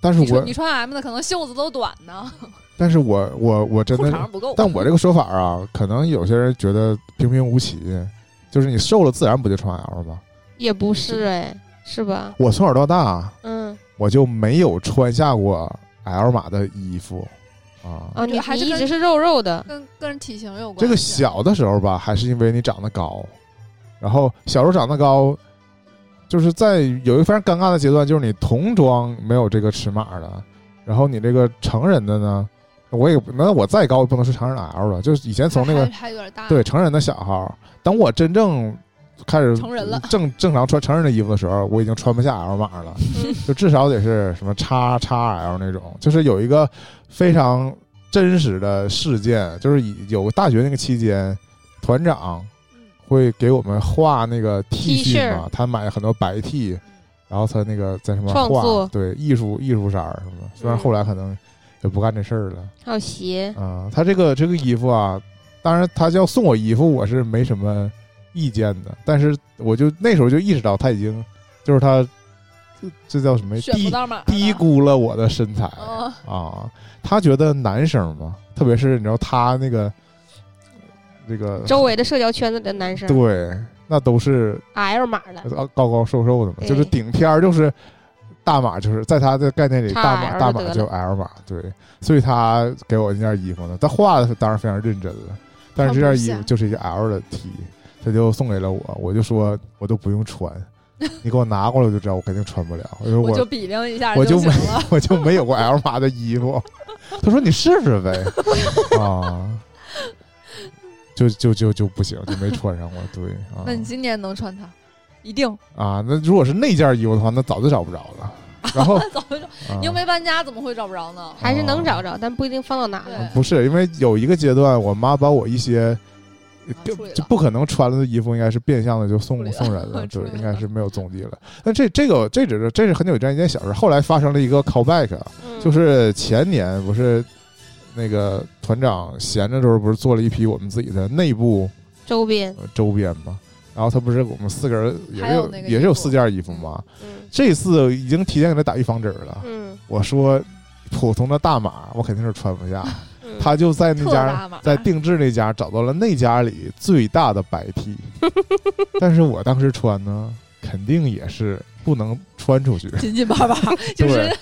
Speaker 1: 但
Speaker 3: 你
Speaker 1: 是
Speaker 3: 穿
Speaker 1: 我
Speaker 3: 你穿 M 的可能袖子都短呢，
Speaker 1: 但是我我我真
Speaker 3: 裤
Speaker 1: 的，
Speaker 3: 长不够。
Speaker 1: 但我这个说法啊，可能有些人觉得平平无奇，就是你瘦了自然不就穿 L 吗？
Speaker 2: 也不是哎，是吧？
Speaker 1: 我从小到大啊
Speaker 2: 嗯
Speaker 1: 我就没有穿下过 L 码的衣服啊。
Speaker 2: 啊，你
Speaker 3: 还
Speaker 2: 你
Speaker 3: 是
Speaker 2: 一
Speaker 3: 跟
Speaker 2: 直是肉肉的，
Speaker 3: 跟跟人体型有关系。啊
Speaker 1: 这个小的时候吧，还是因为你长得高，然后小时候长得高，就是在有一个非常尴尬的阶段，就是你童装没有这个尺码了，然后你这个成人的呢，我也不那我再高也不能是成人 L 了，就是以前从那个
Speaker 3: 还还有点大，
Speaker 1: 对，成人的小号，等我真正开始嗯
Speaker 3: 成人了
Speaker 1: 正正常穿成人的衣服的时候，我已经穿不下 L 码了，
Speaker 2: 嗯
Speaker 1: 就至少得是什么叉叉 L 那种，就是有一个非常真实的事件，就是以有大学那个期间，团长
Speaker 3: 嗯
Speaker 1: 会给我们画那个 T
Speaker 2: T
Speaker 1: 恤
Speaker 2: 恤
Speaker 1: 嘛，他买很多白 T，然后他那个在什么
Speaker 2: 创
Speaker 1: 画
Speaker 2: 作
Speaker 1: 对艺术艺术衫儿什么，虽然
Speaker 2: 嗯
Speaker 1: 后来可能也不干这事儿了。
Speaker 2: 还有鞋，
Speaker 1: 啊、他这个这个衣服啊，当然他要送我衣服，我是没什么意见的。但是我就那时候就意识到他已经就是他这这叫什么
Speaker 3: 选不
Speaker 1: 低
Speaker 3: 到码儿的，
Speaker 1: 低估了我的身材、
Speaker 3: 哦
Speaker 1: 啊。他觉得男生嘛，特别是你知道他那个这个
Speaker 2: 周围的社交圈子里的男生
Speaker 1: 对，那都是
Speaker 2: L 码的，
Speaker 1: 高呃高高瘦瘦的嘛，
Speaker 2: 对
Speaker 1: 就是顶天儿就是大码，就是在他的概念里，
Speaker 2: 差
Speaker 1: 大码
Speaker 2: L
Speaker 1: 大
Speaker 2: 就
Speaker 1: 码
Speaker 2: 得
Speaker 1: 就 L 码，对，所以他给我那件衣服呢，他画的当然非常认真了，但是这件衣
Speaker 3: 穿
Speaker 1: 服
Speaker 3: 不下
Speaker 1: 就是一件 L 的 T，他就送给了我，我就说我都不用穿，你给我拿过来我就知道我肯定穿不了，因为
Speaker 3: 我就
Speaker 1: 我
Speaker 3: 比量一下
Speaker 1: 我就
Speaker 3: 行
Speaker 1: 没
Speaker 3: 了。
Speaker 1: 我就没有过 L 码的衣服， 他说你试试呗，啊。就就就就不行，就没穿上过。对啊，
Speaker 3: 那你今年能穿它？ 一定。
Speaker 1: 啊，那如果是那件衣服的话，那早就找不着了。然 后
Speaker 3: 早就
Speaker 1: 啊
Speaker 3: 你又没搬家，怎么会找不着呢？
Speaker 2: 还是能
Speaker 1: 哦
Speaker 2: 找着，但不一定放到哪
Speaker 3: 对
Speaker 2: 了。，
Speaker 1: 不是因为有一个阶段，我妈把我一些
Speaker 3: 啊
Speaker 1: 就
Speaker 3: 处理
Speaker 1: 就
Speaker 3: 了
Speaker 1: 不可能穿了的衣服，应该是变相的就送
Speaker 3: 处理了
Speaker 1: 送人了，
Speaker 3: 处
Speaker 1: 对
Speaker 3: 理，了
Speaker 1: 应该是没有踪迹了。那这这个这只是这是很久以前一件小事，后来发生了一个 callback，啊
Speaker 2: 嗯
Speaker 1: 就是前年不是那个团长闲着时候不是做了一批我们自己的内部
Speaker 2: 周边，
Speaker 1: 呃周边吗？然后他不是我们四个人也
Speaker 3: 还
Speaker 1: 是
Speaker 3: 有那个
Speaker 1: 也
Speaker 3: 衣
Speaker 1: 是有
Speaker 3: 服
Speaker 1: 四件衣服吗？
Speaker 2: 嗯
Speaker 1: 这次已经提前给他打预防针儿了。
Speaker 2: 嗯，
Speaker 1: 我说普通的大码我肯定是穿不 下，
Speaker 2: 嗯
Speaker 1: 他就在那
Speaker 3: 特
Speaker 1: 家
Speaker 3: 大码，
Speaker 1: 在定制那家找到了那家里最大的白 T，但是我当时穿呢，肯定也是不能穿出去，
Speaker 3: 紧紧巴 巴， 就是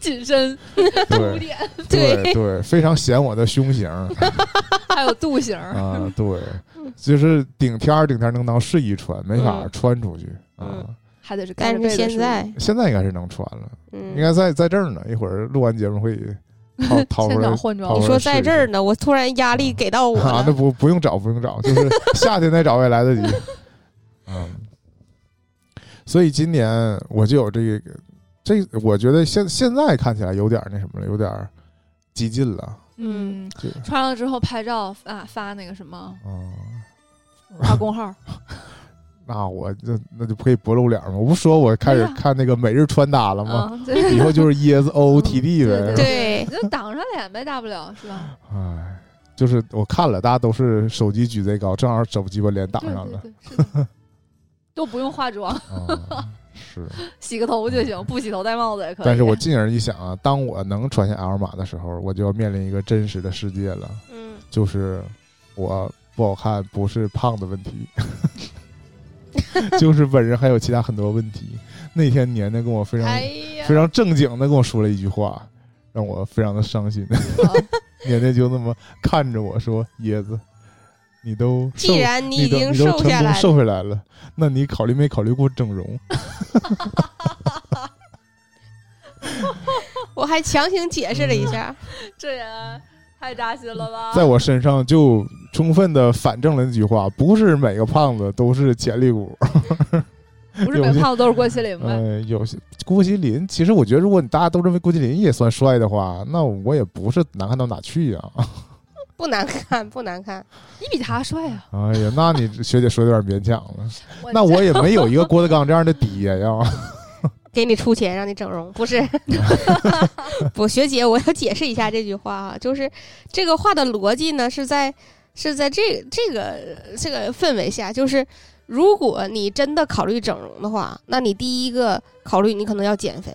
Speaker 3: 紧身 凸
Speaker 1: 对
Speaker 3: 点，
Speaker 1: 对对，非常显我的胸 型
Speaker 3: 还有肚型儿。
Speaker 1: 啊，对，就是顶天儿顶天儿能当睡衣穿，没法
Speaker 2: 嗯
Speaker 1: 穿出去啊
Speaker 2: 嗯。
Speaker 3: 还得是盖
Speaker 2: 但
Speaker 3: 着
Speaker 2: 是
Speaker 3: 被子
Speaker 2: 现
Speaker 3: 睡
Speaker 2: 在，
Speaker 1: 现在应该是能穿了，
Speaker 2: 嗯，
Speaker 1: 应该在在这儿呢，一会儿录完节目会 掏掏出
Speaker 3: 现
Speaker 1: 来
Speaker 3: 场换装
Speaker 1: 好，
Speaker 2: 你
Speaker 1: 好
Speaker 2: 说
Speaker 1: 试一
Speaker 2: 在这
Speaker 1: 试
Speaker 2: 儿呢，我突然压力给到我
Speaker 1: 啊，那
Speaker 2: 了。
Speaker 1: 不不用找，不用找，就是夏天再找也来得及。嗯，所以今年我就有这个，这我觉得现现在看起来有点那什么了，有点激进了。
Speaker 3: 嗯，
Speaker 1: 就
Speaker 3: 穿上之后拍照啊，发那个 什么
Speaker 1: 嗯，
Speaker 3: 发公号，
Speaker 1: 那我就那就不可以不露脸吗？我不说我开始
Speaker 3: 对呀
Speaker 1: 看那个每日穿搭了吗？
Speaker 3: 嗯，对，
Speaker 1: 啊以 后啊就是 E ESOTD 呗。
Speaker 3: 对
Speaker 1: 是吧
Speaker 2: 对
Speaker 3: 你就挡上脸呗，大不了是吧？
Speaker 1: 哎，就是我看了，大家都是手机举贼高，正好手机把脸挡
Speaker 3: 对
Speaker 1: 上
Speaker 3: 对
Speaker 1: 了。
Speaker 3: 对，是的都不用化妆，
Speaker 1: 啊，是。
Speaker 3: 洗个头就行，不洗头戴帽子也可以。
Speaker 1: 但是我进而一想啊，当我能穿下 L 码的时候，我就要面临一个真实的世界了，
Speaker 2: 嗯，
Speaker 1: 就是我不好看不是胖的问 题，就是本人还有其他很多问题。那天年年跟我非常、
Speaker 2: 哎呀
Speaker 1: 非，常正经的跟我说了一句话，让我非常的伤心。
Speaker 3: 啊
Speaker 1: 年年就那么看着我说：“椰子，你都瘦
Speaker 2: 既然你
Speaker 1: 你
Speaker 2: 已
Speaker 1: 都
Speaker 2: 经
Speaker 1: 你都
Speaker 2: 瘦
Speaker 1: 成
Speaker 2: 下
Speaker 1: 功
Speaker 2: 来
Speaker 1: 瘦
Speaker 2: 了，
Speaker 1: 回来了，那你考虑没考虑过整容？”嗯
Speaker 2: 我还强行解释了一下，
Speaker 3: 这人太扎心了吧？
Speaker 1: 在我身上就充分的反证了那句话：不是每个胖子都是潜力股。
Speaker 3: 不是每个胖子都是郭麒麟呗？
Speaker 1: 呃，有些郭麒麟，其实我觉得，如果你大家都认为郭麒麟也算帅的话，那我也不是难看到哪去啊呀、
Speaker 2: 不难看，不难看。
Speaker 3: 你比他帅啊！
Speaker 1: 哎呀，那你学姐说的有点勉强了。那
Speaker 3: 这
Speaker 1: 我也没有一个郭德纲这样的底呀、要
Speaker 2: 给你出钱让你整容，不是？ 不，学姐，我要解释一下这句话啊，就是这个话的逻辑呢是在是在这这个这个氛围下，就是如果你真的考虑整容的话，那你第一个考虑你可能要减肥。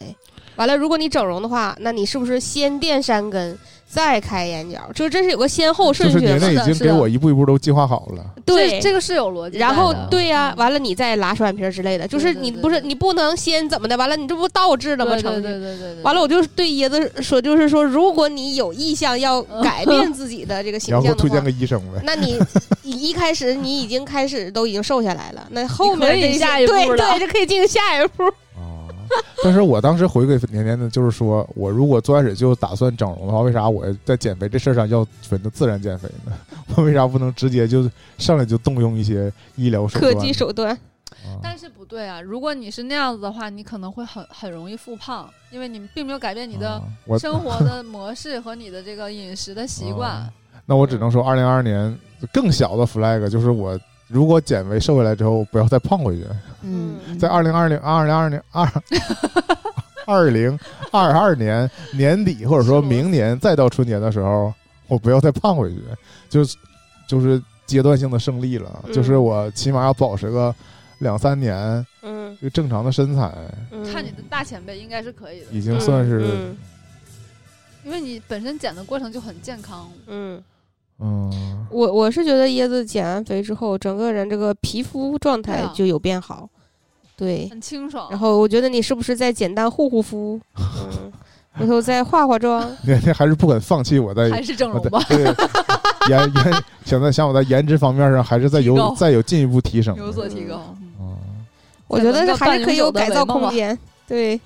Speaker 2: 完了，如果你整容的话，那你是不是先垫山根，再开眼角？就是这是有个先后
Speaker 1: 就
Speaker 2: 顺
Speaker 1: 是
Speaker 2: 序
Speaker 1: 您
Speaker 2: 的。
Speaker 1: 那已
Speaker 3: 是的
Speaker 1: 经
Speaker 3: 是
Speaker 1: 给
Speaker 3: 的
Speaker 1: 我一步一步都计划好了。
Speaker 2: 对，
Speaker 3: 这个是有逻辑在的。
Speaker 2: 然后
Speaker 1: 的
Speaker 2: 对呀、
Speaker 3: 嗯
Speaker 2: 完了你再拉双眼皮儿之类的，就是
Speaker 3: 对对
Speaker 2: 你
Speaker 3: 对
Speaker 2: 不是
Speaker 3: 对
Speaker 2: 你不能先怎么的，完了你这不倒置了吗？
Speaker 3: 对
Speaker 2: 程
Speaker 3: 对
Speaker 2: 序
Speaker 3: 对对对对。
Speaker 2: 完了，我就对椰子说，就是说，如果你有意向要改变自己的这个形
Speaker 1: 然后给
Speaker 2: 象
Speaker 1: 我推
Speaker 2: 的
Speaker 1: 荐
Speaker 2: 话，
Speaker 1: 个医生呗。
Speaker 2: 那你一一开始你已经开始都已经瘦下来了，那后面
Speaker 3: 你可以
Speaker 2: 这些
Speaker 3: 下一步
Speaker 2: 对
Speaker 3: 了
Speaker 2: 对，就可以进行下一步。
Speaker 1: 啊！但是我当时回给年年的，就是说我如果最开始就打算整容的话，为啥我在减肥这事儿上要选择自然减肥呢？我为啥不能直接就上来就动用一些医疗手
Speaker 2: 科
Speaker 1: 段？
Speaker 2: 技手段，
Speaker 1: 啊
Speaker 3: 但是不对啊！如果你是那样子的话，你可能会很很容易复胖，因为你并没有改变你的
Speaker 1: 啊我
Speaker 3: 生活的模式和你的这个饮食的习惯。
Speaker 1: 啊那我只能说，二零二二年更小的 flag 就是我。如果减肥瘦下来之后，不要再胖回去。
Speaker 2: 嗯嗯
Speaker 1: 在二零二零、二零二零、二 二零二二年年底，或者说明年再到春节的时候，我不要再胖回去，就是就是阶段性的胜利了，
Speaker 2: 嗯
Speaker 1: 就是我起码要保持个两三年
Speaker 2: 嗯，
Speaker 1: 就正常的身材，
Speaker 2: 嗯
Speaker 3: 看你的大前辈应该是可以的，
Speaker 1: 已经算是
Speaker 2: 嗯
Speaker 3: 因为你本身减的过程就很健康。
Speaker 2: 嗯，
Speaker 1: 嗯
Speaker 2: 我我是觉得椰子减完肥之后，整个人这个皮肤状态
Speaker 3: 对啊
Speaker 2: 就有变好，对。
Speaker 3: 很清爽，
Speaker 2: 然后我觉得你是不是再简单护护肤，嗯，回头再化化妆，
Speaker 1: 年年还是不肯放弃我在
Speaker 3: 还是整
Speaker 1: 我
Speaker 3: 容
Speaker 1: 在
Speaker 3: 吧，
Speaker 1: 对 颜颜想在想我在颜值方面上还是在
Speaker 3: 提
Speaker 1: 有
Speaker 3: 高
Speaker 1: 再有进一步提升的，
Speaker 3: 有所提高。
Speaker 1: 嗯
Speaker 2: 我觉得还是可以有改造空间。对，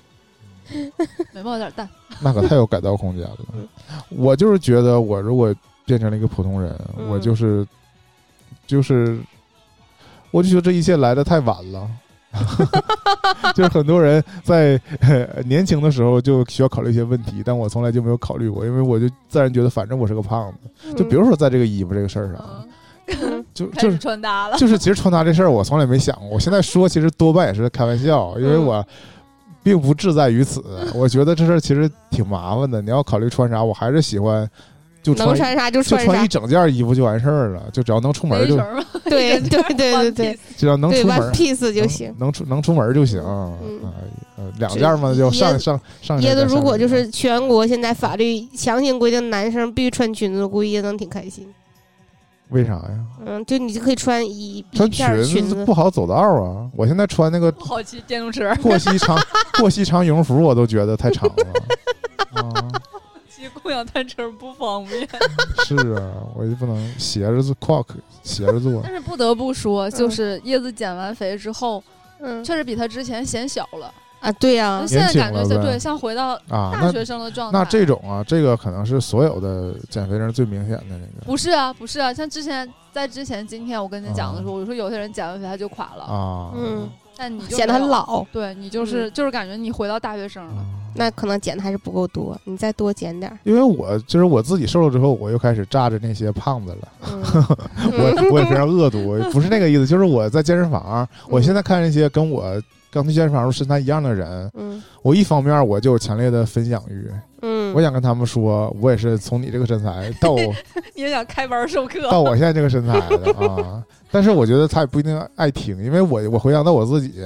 Speaker 3: 眉毛有点淡，
Speaker 1: 那可太有改造空间了。
Speaker 3: 嗯
Speaker 1: 我就是觉得，我如果变成了一个普通人，
Speaker 2: 嗯
Speaker 1: 我就是就是，我就觉得这一切来的太晚了。 就是很多人在、 呃年轻的时候就需要考虑一些问题，但我从来就没有考虑过，因为我就自然觉得，反正我是个胖子。就比如说在这个衣服这个事儿上，
Speaker 3: 嗯，
Speaker 2: 嗯，
Speaker 1: 就
Speaker 3: 开
Speaker 1: 啊就
Speaker 3: 始
Speaker 1: 是
Speaker 3: 穿 搭了。
Speaker 1: 就是，其实穿搭这事儿我从来没想过。我现在说，其实多半也是开玩笑，因为
Speaker 2: 嗯
Speaker 1: 我并不志在于此。我觉得这事儿其实挺麻烦的。你要考虑穿啥，我还是喜欢就穿
Speaker 2: 能穿啥就
Speaker 1: 就
Speaker 2: 穿
Speaker 1: 穿
Speaker 2: 啥
Speaker 1: 一，整件衣服就完事儿了，就只要能出门
Speaker 3: 连衣
Speaker 1: 就
Speaker 3: 裙儿嘛，
Speaker 2: 对 对对对对，
Speaker 1: 只要能
Speaker 2: 对
Speaker 1: 出门嗯
Speaker 2: ，one piece 就行。
Speaker 1: 能能出能出门就行。
Speaker 2: 嗯
Speaker 1: 啊呃两件嘛，就上
Speaker 2: 椰
Speaker 1: 上上一件
Speaker 2: 椰子
Speaker 1: 再上
Speaker 2: 如果
Speaker 1: 一
Speaker 2: 就
Speaker 1: 件
Speaker 2: 是全国现在法律强行规定男生必须穿裙子，我估计椰子能挺开心。
Speaker 1: 为啥呀？
Speaker 2: 嗯，就你就可以穿一一
Speaker 1: 穿
Speaker 2: 片
Speaker 1: 裙
Speaker 2: 裙
Speaker 1: 子
Speaker 2: 子
Speaker 1: 不，好走道啊！我现在穿那个
Speaker 3: 好骑电动车，
Speaker 1: 过膝 长过膝长羽绒服，我都觉得太长了。啊。
Speaker 3: 骑共享单车不方便。
Speaker 2: 嗯
Speaker 1: 是啊，我就不能斜着坐，跨斜着 坐
Speaker 3: 但是不得不说，就是椰子减完肥之后，
Speaker 2: 嗯
Speaker 3: 确实比他之前显小了。
Speaker 2: 啊，对呀
Speaker 3: 就，现在
Speaker 1: 年轻
Speaker 3: 感觉
Speaker 1: 了
Speaker 3: 像
Speaker 1: 呗
Speaker 3: 对，像回到
Speaker 1: 啊。
Speaker 3: 大
Speaker 1: 那
Speaker 3: 学生的状态。
Speaker 1: 那这种啊，这个可能是所有的减肥人最明显的那个
Speaker 3: 不是啊，不是啊，像之前在之前今天我跟你讲的时候，我说有些人减完肥他就垮了，
Speaker 1: 啊。嗯
Speaker 2: 嗯，
Speaker 3: 但你就
Speaker 2: 显得
Speaker 3: 没
Speaker 2: 很
Speaker 3: 有。
Speaker 2: 老，
Speaker 3: 对你就是、就是感觉你回到大学生了，
Speaker 1: 啊
Speaker 2: 那可能减的还是不够多，你再多减点儿。
Speaker 1: 因为我就是我自己瘦了之后，我又开始炸着那些胖子了。
Speaker 2: 嗯
Speaker 1: 我我也非常恶毒， 不是那个意思，就是我在健身房，
Speaker 3: 嗯
Speaker 1: 我现在看那些跟我刚去健身房时候身材一样的人，
Speaker 2: 嗯
Speaker 1: 我一方面我就有强烈的分享欲，
Speaker 2: 嗯，
Speaker 1: 我想跟他们说，我也是从你这个身材到我
Speaker 3: 你也想开班授 课？
Speaker 1: 到我现在这个身材的啊。但是我觉得他也不一定爱听，因为我我回想到我自己，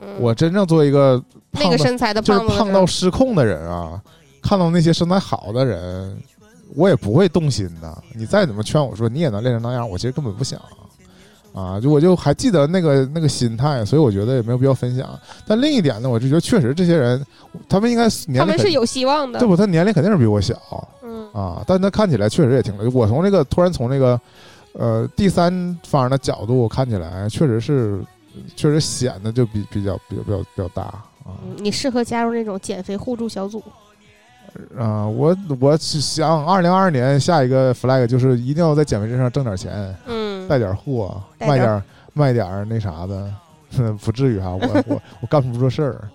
Speaker 2: 嗯
Speaker 1: 我真正作为一个
Speaker 2: 那
Speaker 1: 胖
Speaker 2: 个
Speaker 1: 到
Speaker 2: 身材的
Speaker 1: 就是
Speaker 2: 胖子的
Speaker 1: 胖
Speaker 2: 时候
Speaker 1: 到失控的人啊，看到那些身材好的人，我也不会动心的。你再怎么劝我说你也能练成那样，我其实根本不想啊。就我就还记得那个那个心态，所以我觉得也没有必要分享。但另一点呢，我就觉得确实这些人，他们应该是年
Speaker 2: 他
Speaker 1: 龄
Speaker 2: 们
Speaker 1: 肯
Speaker 2: 是有希望的
Speaker 1: 对。不？他年龄肯定是比我小，
Speaker 2: 嗯
Speaker 1: 啊，但他看起来确实也挺累。我从这个突然从这个呃第三方的角度看起来，确实是确实显得就比比较比较比较比较大啊。
Speaker 2: 嗯，你适合加入那种减肥互助小组，
Speaker 1: 啊、我我想二零二二年下一个 flag 就是一定要在减肥这上挣点钱，
Speaker 2: 嗯，
Speaker 1: 带点货，
Speaker 2: 带
Speaker 1: 卖
Speaker 2: 点
Speaker 1: 点卖点儿那啥的， 不至于哈、我 我我干不出这事儿。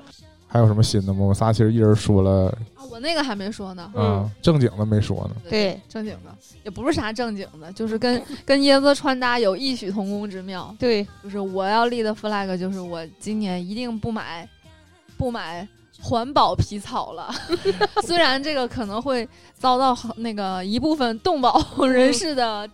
Speaker 1: 还有什么新的吗？我仨其实一人说了
Speaker 3: 啊我那个还没说呢。
Speaker 1: 啊、
Speaker 2: 嗯
Speaker 1: 正经的没说呢。
Speaker 2: 对
Speaker 3: 正经的也不是啥正经的，就是跟 跟椰子穿搭有异曲同工之妙。
Speaker 2: 对，
Speaker 3: 就是我要立的 flag 就是我今年一定不买不买环保皮草了， 虽然这个可能会遭到那个一部分动保人士的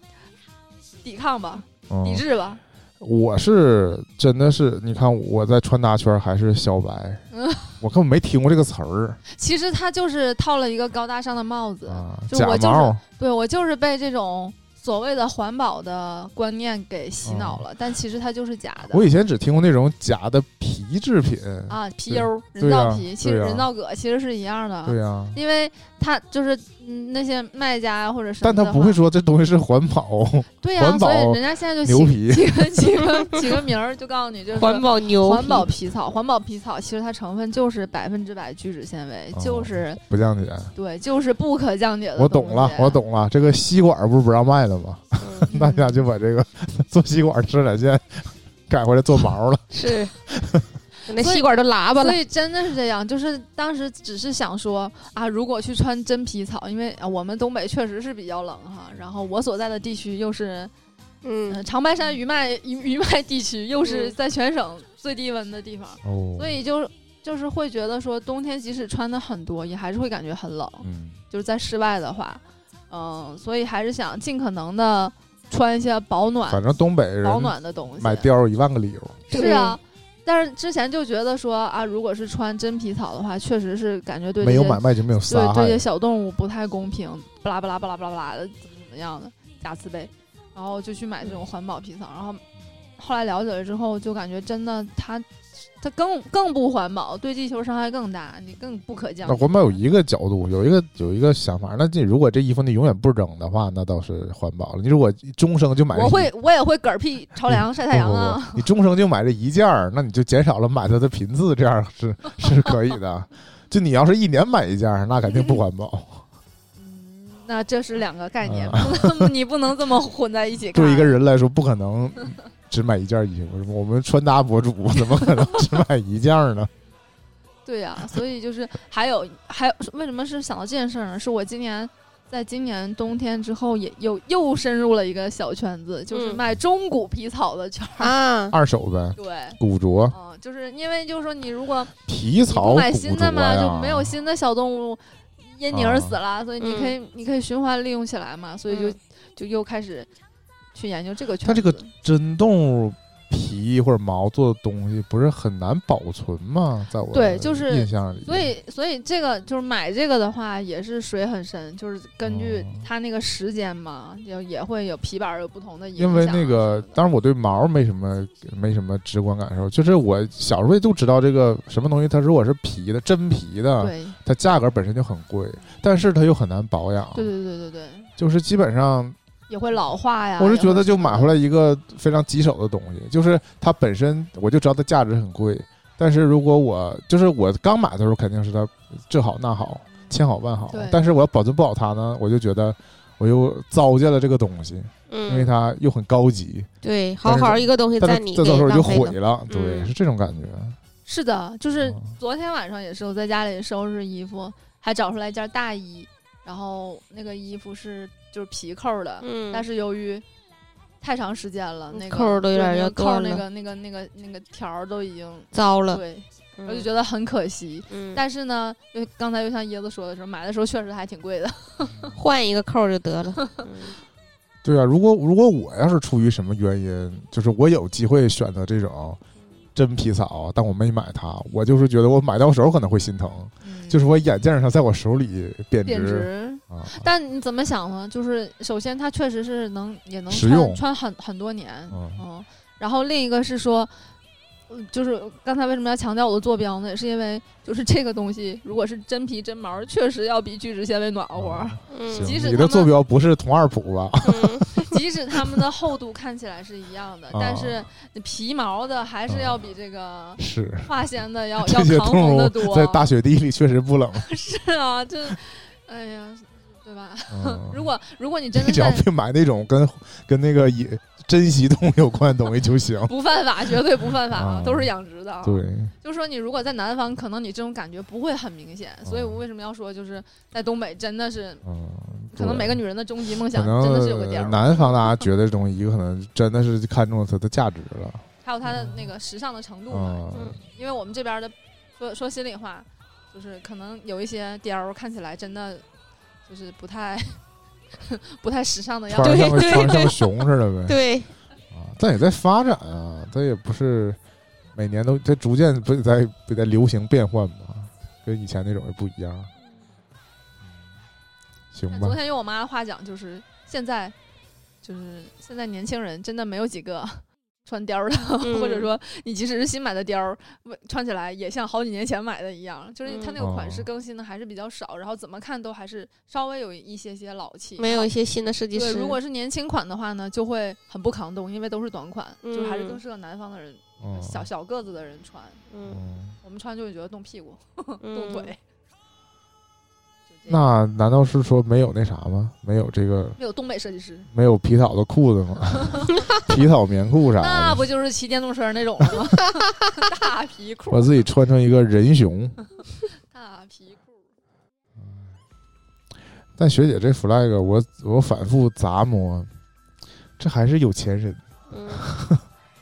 Speaker 3: 抵抗吧、
Speaker 1: 嗯
Speaker 3: 抵，制吧。
Speaker 1: 我是真的是，你看我在穿搭圈还是小白，
Speaker 3: 嗯
Speaker 1: 我根本没听过这个词儿
Speaker 3: 其实他就是套了一个高大上的帽子，
Speaker 1: 啊，
Speaker 3: 就
Speaker 1: 假
Speaker 3: 我就是
Speaker 1: 毛。
Speaker 3: 对我就是被这种所谓的环保的观念给洗脑了，但其实它就是假
Speaker 1: 哦
Speaker 3: 的
Speaker 1: 我以前只听过那种假的皮制品，
Speaker 3: 啊，皮油、人
Speaker 1: 对呀
Speaker 3: 造皮，其实
Speaker 1: 对呀
Speaker 3: 人造革其实是一样的，
Speaker 1: 对呀、
Speaker 3: 因为它就是嗯那些卖家呀或者什么
Speaker 1: 但
Speaker 3: 的
Speaker 1: 他
Speaker 3: 话，
Speaker 1: 不会说这东西是环保，
Speaker 3: 对呀、
Speaker 1: 环保
Speaker 3: 所以人家现在就
Speaker 1: 牛
Speaker 3: 起
Speaker 1: 皮
Speaker 3: 起个起个起个名儿，就告诉你就是
Speaker 2: 环保牛，
Speaker 3: 环保，皮草，环保皮草其实它成分就是百分之百聚酯纤维，
Speaker 1: 哦
Speaker 3: 就是
Speaker 1: 不降解。
Speaker 3: 对，就是不可降呃解的。
Speaker 1: 我懂了，我。懂了。这个吸管不是不让卖了吗？
Speaker 2: 嗯
Speaker 1: 大家就把这 个做吸管生产线改回来做毛了。
Speaker 2: 是，那
Speaker 3: 所以
Speaker 2: 吸管都喇叭了
Speaker 3: 所，以真的是这样，就是当时只是想说啊，如果去穿真皮草，因为啊我们东北确实是比较冷哈，然后我所在的地区又是、呃
Speaker 2: 嗯，
Speaker 3: 长白山余脉余余脉地区，又是
Speaker 2: 嗯
Speaker 3: 在全省最低温的地方，
Speaker 1: 哦
Speaker 3: 所以就就是会觉得说，冬天即使穿的很多，也还是会感觉很冷，
Speaker 1: 嗯，
Speaker 3: 就是在室外的话，嗯，所以还是想尽可能的穿一些保暖
Speaker 1: 反正东北人
Speaker 3: 保暖的东西，
Speaker 1: 买貂儿一万个理由。
Speaker 3: 是啊。但是之前就觉得说啊，如果是穿真皮草的话，确实是感觉对这
Speaker 1: 没有
Speaker 3: 些
Speaker 1: 买卖就没有杀
Speaker 3: 对
Speaker 1: 害
Speaker 3: 这。些小动物不太公平，巴拉巴拉巴拉巴拉巴拉的，怎么怎么样的假慈悲，然后就去买这种环保皮草，然后后来了解了之后，就感觉真的它它更更不环保，对地球伤害更大，你更不可降
Speaker 1: 那。环保有一个角度，有一个有一个想法。那这如果这衣服你永远不扔的话，那倒是环保了。你如果终生就买，
Speaker 3: 我会我也会 嗝屁朝凉晒太阳
Speaker 1: 不
Speaker 3: 啊，
Speaker 1: 不不你终生就买这一件儿，那你就减少了买它的频次，这样 是是可以的。就你要是一年买一件儿，那肯定不环 保。
Speaker 3: 那这是两个概念，
Speaker 1: 啊
Speaker 3: 不能你不能这么混在一起 看。
Speaker 1: 对一个人来说，不可能只买一件衣服。我们穿搭博主怎么可能只买一件儿呢？
Speaker 3: 对呀、所以就是还有还有，为什么是想到这件事儿呢？是我今年在今年冬天之后也又又深入了一个小圈子，就是
Speaker 2: 嗯
Speaker 3: 卖中古皮草的圈儿。
Speaker 2: 啊，
Speaker 1: 二手呗，
Speaker 3: 对，
Speaker 1: 古着、
Speaker 3: 嗯，就是因为就是说你如果
Speaker 1: 皮
Speaker 3: 你不
Speaker 1: 草、古
Speaker 3: 买新的
Speaker 1: 着
Speaker 3: 嘛，
Speaker 1: 呀，
Speaker 3: 就没有新的小动物因你而死了，所以你
Speaker 2: 嗯
Speaker 3: 可以你可以循环利用起来嘛，所以就、就又开始去研究这个圈
Speaker 1: 它
Speaker 3: 子。
Speaker 1: 这个真动物皮或者毛做的东西，不是很难保存吗？在我的
Speaker 3: 对就是
Speaker 1: 印象里，
Speaker 3: 所以，所以这个就是买这个的话，也是水很深，就是根据
Speaker 1: 哦
Speaker 3: 它那个时间嘛，也也会有皮板儿有不同的影响。
Speaker 1: 因为那个，当然我对毛没什么没什么直观感受，就是我小时候就知道这个什么东西，它如果是皮的真皮的，
Speaker 3: 对
Speaker 1: 它价格本身就很贵，但是它又很难保养，
Speaker 3: 对对对对对，
Speaker 1: 就是基本上
Speaker 3: 也会老化
Speaker 2: 啊
Speaker 3: 呀。
Speaker 1: 我是
Speaker 3: 也会
Speaker 1: 觉得就
Speaker 3: 什么
Speaker 1: 买
Speaker 3: 的
Speaker 1: 回来一个非常棘手的东西，就是它本身我就知道它价值很贵，但是如果我就是我刚买的时候肯定是它这好那好千好万好
Speaker 3: 对，
Speaker 1: 但是我要保存不好它呢，我就觉得我又糟践了这个东西，因为
Speaker 2: 嗯，
Speaker 1: 它又很高级。
Speaker 2: 对，好好一个东西
Speaker 1: 但
Speaker 2: 在
Speaker 1: 是
Speaker 2: 你
Speaker 1: 这
Speaker 2: 给
Speaker 1: 到时候就
Speaker 2: 浪费
Speaker 1: 毁
Speaker 2: 了，
Speaker 1: 了，
Speaker 2: 嗯
Speaker 1: 对，是这种感觉。
Speaker 3: 是的，就是
Speaker 1: 嗯
Speaker 3: 昨天晚上也是我在家里收拾衣服，还找出来一件大衣，然后那个衣服是就是皮扣儿的，
Speaker 2: 嗯，
Speaker 3: 但是由于太长时间了，那个
Speaker 2: 扣儿都有
Speaker 3: 对
Speaker 2: 点
Speaker 3: 那
Speaker 2: 要
Speaker 3: 个扣儿
Speaker 2: 断
Speaker 3: 那
Speaker 2: 了嗯
Speaker 3: 个那个那个那个条儿都已经
Speaker 2: 糟了，
Speaker 3: 对，
Speaker 2: 我
Speaker 3: 我就觉得很可惜。
Speaker 2: 嗯，
Speaker 3: 但是呢，就刚才又像椰子说的时候，买的时候确实还挺贵的。
Speaker 2: 换一个扣儿就得了，嗯
Speaker 1: 对啊，如果如果我要是出于什么原因，就是我有机会选择这种真皮草，但我没买它，我就是觉得我买到手可能会心疼， 就是我眼镜它在我手里贬
Speaker 3: 嗯贬
Speaker 1: 值
Speaker 3: 值。
Speaker 1: 啊。
Speaker 3: 但你怎么想呢？就是首先它确实是能也能
Speaker 1: 实
Speaker 3: 穿
Speaker 1: 用
Speaker 3: 穿很很多年，
Speaker 1: 嗯
Speaker 3: 嗯。然后另一个是说，嗯就是刚才为什么要强调我的坐标呢？也是因为就是这个东西，如果是真皮真毛，确实要比聚酯纤维暖和。
Speaker 1: 啊
Speaker 2: 嗯
Speaker 1: 行
Speaker 3: 即使
Speaker 1: 你的
Speaker 3: 他 们
Speaker 1: 坐标不是同二普吧？
Speaker 2: 嗯
Speaker 3: 即 即使它们的厚度看起来是一样
Speaker 1: 啊
Speaker 3: 的，但是皮毛的还是要比这个
Speaker 1: 是
Speaker 3: 化纤的哦要
Speaker 1: 啊这些
Speaker 3: 要扛
Speaker 1: 通
Speaker 3: 红的
Speaker 1: 融
Speaker 3: 多。
Speaker 1: 在大雪地里确实不 冷。
Speaker 3: 是啊，这，哎呀，对吧？
Speaker 1: 嗯
Speaker 3: 如果如果你真
Speaker 1: 你
Speaker 3: 的
Speaker 1: 只要
Speaker 3: 在
Speaker 1: 别买那种跟跟那个野珍稀动物有关的东西就行。
Speaker 3: 不犯法，绝对不犯法
Speaker 1: 啊
Speaker 3: 啊，都是养殖的啊。
Speaker 1: 对，
Speaker 3: 就是说你如果在南方，可能你这种感觉不会很明显。
Speaker 1: 啊
Speaker 3: 所以我为什么要说，就是在东北真的是，
Speaker 1: 嗯，
Speaker 3: 可能
Speaker 1: 对
Speaker 3: 每个女人的终极梦
Speaker 1: 可
Speaker 3: 想
Speaker 1: 能
Speaker 3: 真的是有个地
Speaker 1: 呃
Speaker 3: 儿，
Speaker 1: 南方大家觉得这东西，一个可能真的是看中了它的价值了。
Speaker 3: 还有它的那个时尚的程度嘛。
Speaker 1: 嗯，
Speaker 2: 嗯
Speaker 3: 因为我们这边的，说说心里话，就是可能有一些貂儿看起来真的就是不太 不太时尚的样
Speaker 1: 穿
Speaker 3: 子。
Speaker 1: 着
Speaker 2: 对
Speaker 1: 像个
Speaker 2: 对
Speaker 1: 穿着像个熊似的呗。
Speaker 2: 对，
Speaker 1: 啊，但也在发展啊，它也不是每年都它逐渐不是在不在流行变换嘛，跟以前那种也不一样。行吧
Speaker 3: 嗯昨，天用我妈的话讲，就是现在，就是现在年轻人真的没有几个 穿貂儿的，
Speaker 2: 嗯
Speaker 3: 或者说你即使是新买的貂儿，为穿起来也像好几年前买的一样，就是它那个
Speaker 1: 嗯
Speaker 3: 款式
Speaker 1: 哦
Speaker 3: 更新的还是比较少，然后怎么看都还是稍微有一些些老气。
Speaker 2: 没有一些新的设计
Speaker 3: 对，
Speaker 2: 师，
Speaker 3: 如果是年轻款的话呢，就会很不抗冻，因为都是短款，就还是
Speaker 2: 嗯
Speaker 3: 更适合南方的人、呃
Speaker 1: 嗯，
Speaker 3: 小小个子的人穿。
Speaker 2: 嗯
Speaker 1: 嗯，
Speaker 3: 我们穿就会觉得冻屁股、冻
Speaker 2: 嗯
Speaker 3: 腿。就这样
Speaker 1: 那难道是说没有那啥吗？没有这个
Speaker 3: 没有东北设计师，
Speaker 1: 没有皮草的裤子 吗？皮草棉裤啥的？
Speaker 3: 那不就是骑电动车那种 了吗？大皮
Speaker 1: 把
Speaker 3: 裤，
Speaker 1: 自己穿成一个人熊。
Speaker 3: 大皮裤，
Speaker 1: 但学姐这 flag 我我反复砸摸，这还是有钱人。
Speaker 2: 嗯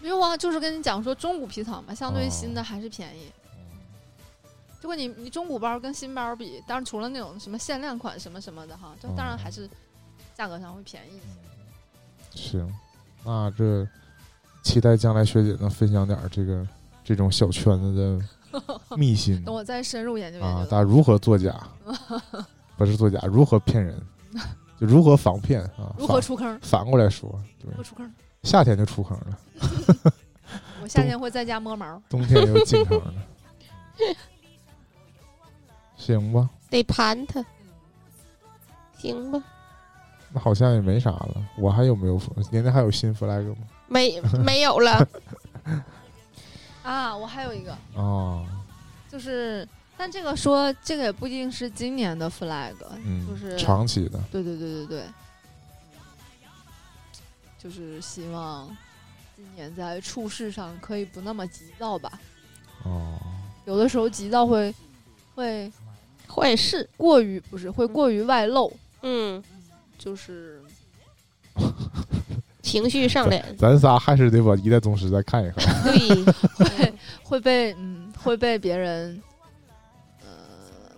Speaker 3: 没有啊，就是跟你讲说中古皮草嘛，相对于新
Speaker 1: 哦
Speaker 3: 的还是便宜。如果你你中古包跟新包比，当然除了那种什么限量款什么什么的哈，就当
Speaker 1: 哦
Speaker 3: 然还是价格上会便宜一些。
Speaker 1: 行，那这期待将来学姐能分享点儿这个这种小圈子 的秘辛
Speaker 3: 等我再深入研究
Speaker 1: 啊
Speaker 3: 研，究。
Speaker 1: 大家如何作 假，不是作假，如何骗人，就如何防骗啊？
Speaker 3: 如何
Speaker 1: 反
Speaker 3: 出坑？
Speaker 1: 反过来说，对
Speaker 3: 如，何出坑？
Speaker 1: 夏天就出坑了，
Speaker 3: 我夏天会在家摸毛。
Speaker 1: 冬天又进坑了，行吧？
Speaker 2: 得盘它，行吧？
Speaker 1: 那好像也没啥了。我还有没有？年年还有新 flag 吗？
Speaker 2: 没 没有了，
Speaker 3: 啊，我还有一个，
Speaker 1: 啊、
Speaker 3: 就是，但这个说这个也不一定是今年的 flag，、
Speaker 1: 嗯，
Speaker 3: 就是
Speaker 1: 长期的，
Speaker 3: 对对对对对，就是希望今年在处事上可以不那么急躁吧。
Speaker 1: 哦，
Speaker 3: 有的时候急躁会会
Speaker 2: 坏事。
Speaker 3: 过于不是会过于外露，
Speaker 2: 嗯，
Speaker 3: 就是
Speaker 2: 情绪上脸，
Speaker 1: 咱仨还是得把一代宗师再看一看。
Speaker 2: 对，
Speaker 3: 会会被嗯会被别人呃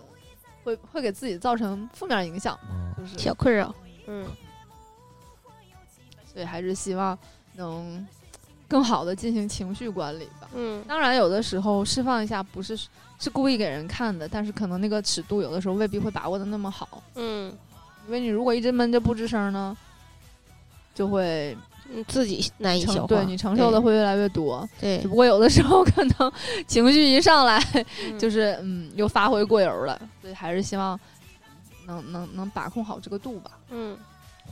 Speaker 3: 会会给自己造成负面影响，
Speaker 1: 嗯
Speaker 3: 就是
Speaker 2: 小困扰。嗯
Speaker 3: 所以还是希望能更好的进行情绪管理吧。
Speaker 2: 嗯
Speaker 3: 当然，有的时候释放一下不是是故意给人看的，但是可能那个尺度有的时候未必会把握的那么好，
Speaker 2: 嗯，
Speaker 3: 因为你如果一直闷着不吱声呢，就会
Speaker 2: 你自己难以消
Speaker 3: 承
Speaker 2: 化，
Speaker 3: 对你承受的会越来越多。
Speaker 2: 对，
Speaker 3: 只不过有的时候可能情绪一上来，
Speaker 2: 嗯
Speaker 3: 就是嗯，又发挥过油了，所以还是希望能能能把控好这个度吧。
Speaker 2: 嗯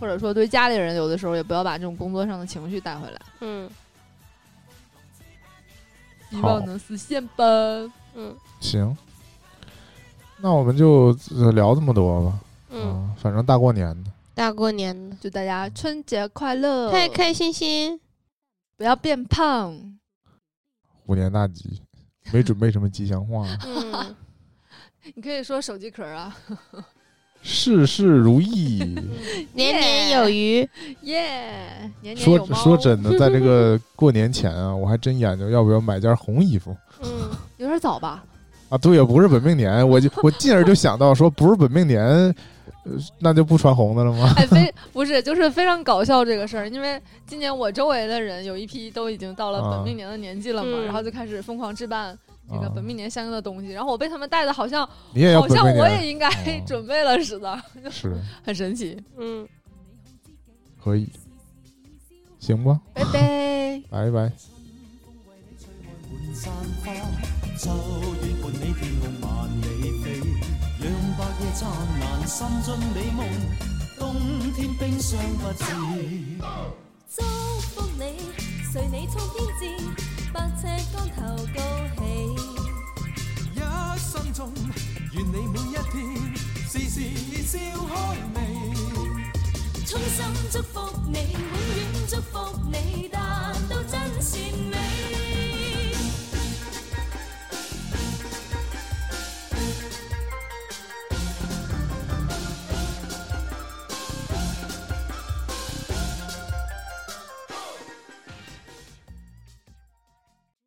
Speaker 3: 或者说，对家里人有的时候也不要把这种工作上的情绪带回来，
Speaker 2: 嗯
Speaker 3: 希
Speaker 1: 好
Speaker 3: 望能实现吧。
Speaker 2: 嗯
Speaker 1: 行，那我们就呃聊这么多吧。
Speaker 3: 哦
Speaker 2: 嗯，
Speaker 1: 啊，反正大过年的，
Speaker 2: 大过年的，
Speaker 3: 祝大家春节快乐，
Speaker 2: 开开心心。
Speaker 3: 不要变胖。
Speaker 1: 虎年大吉，没准备什么吉祥话，
Speaker 2: 嗯
Speaker 3: 你可以说手机壳 啊，
Speaker 1: 事事如意。
Speaker 2: 年年有余。
Speaker 3: 耶、年年
Speaker 1: 说
Speaker 3: 有猫。
Speaker 1: 说，真的，在这个过年前啊，我还真研究要不要买件红衣服
Speaker 2: 嗯
Speaker 3: 有点早 吧？
Speaker 1: 啊。对呀、不是本命年，我就我进而就想到说，不是本命年，呃那就不穿红的了吗？
Speaker 3: 哎，非不是，就是非常搞笑这个事儿，因为今年我周围的人有一批都已经到了
Speaker 1: 啊
Speaker 3: 本命年的年纪了嘛，
Speaker 2: 嗯
Speaker 3: 然后就开始疯狂置办这个
Speaker 1: 啊
Speaker 3: 本命年相应的东西，然后我被他们带的好像
Speaker 1: 你也要
Speaker 3: 好
Speaker 1: 本
Speaker 3: 像
Speaker 1: 命
Speaker 3: 我
Speaker 1: 年，
Speaker 3: 也应该
Speaker 1: 哦
Speaker 3: 准备了似的，
Speaker 1: 是
Speaker 3: 很神奇。
Speaker 2: 嗯，
Speaker 1: 可以，行吧，
Speaker 3: 拜
Speaker 2: 哎
Speaker 3: 拜。
Speaker 1: 拜拜。
Speaker 4: 散花，秋雨伴你天空萬里飛，讓白夜燦爛，心中美夢。冬天冰霜不至，
Speaker 5: 祝福你，隨你衝天志，百尺竿頭高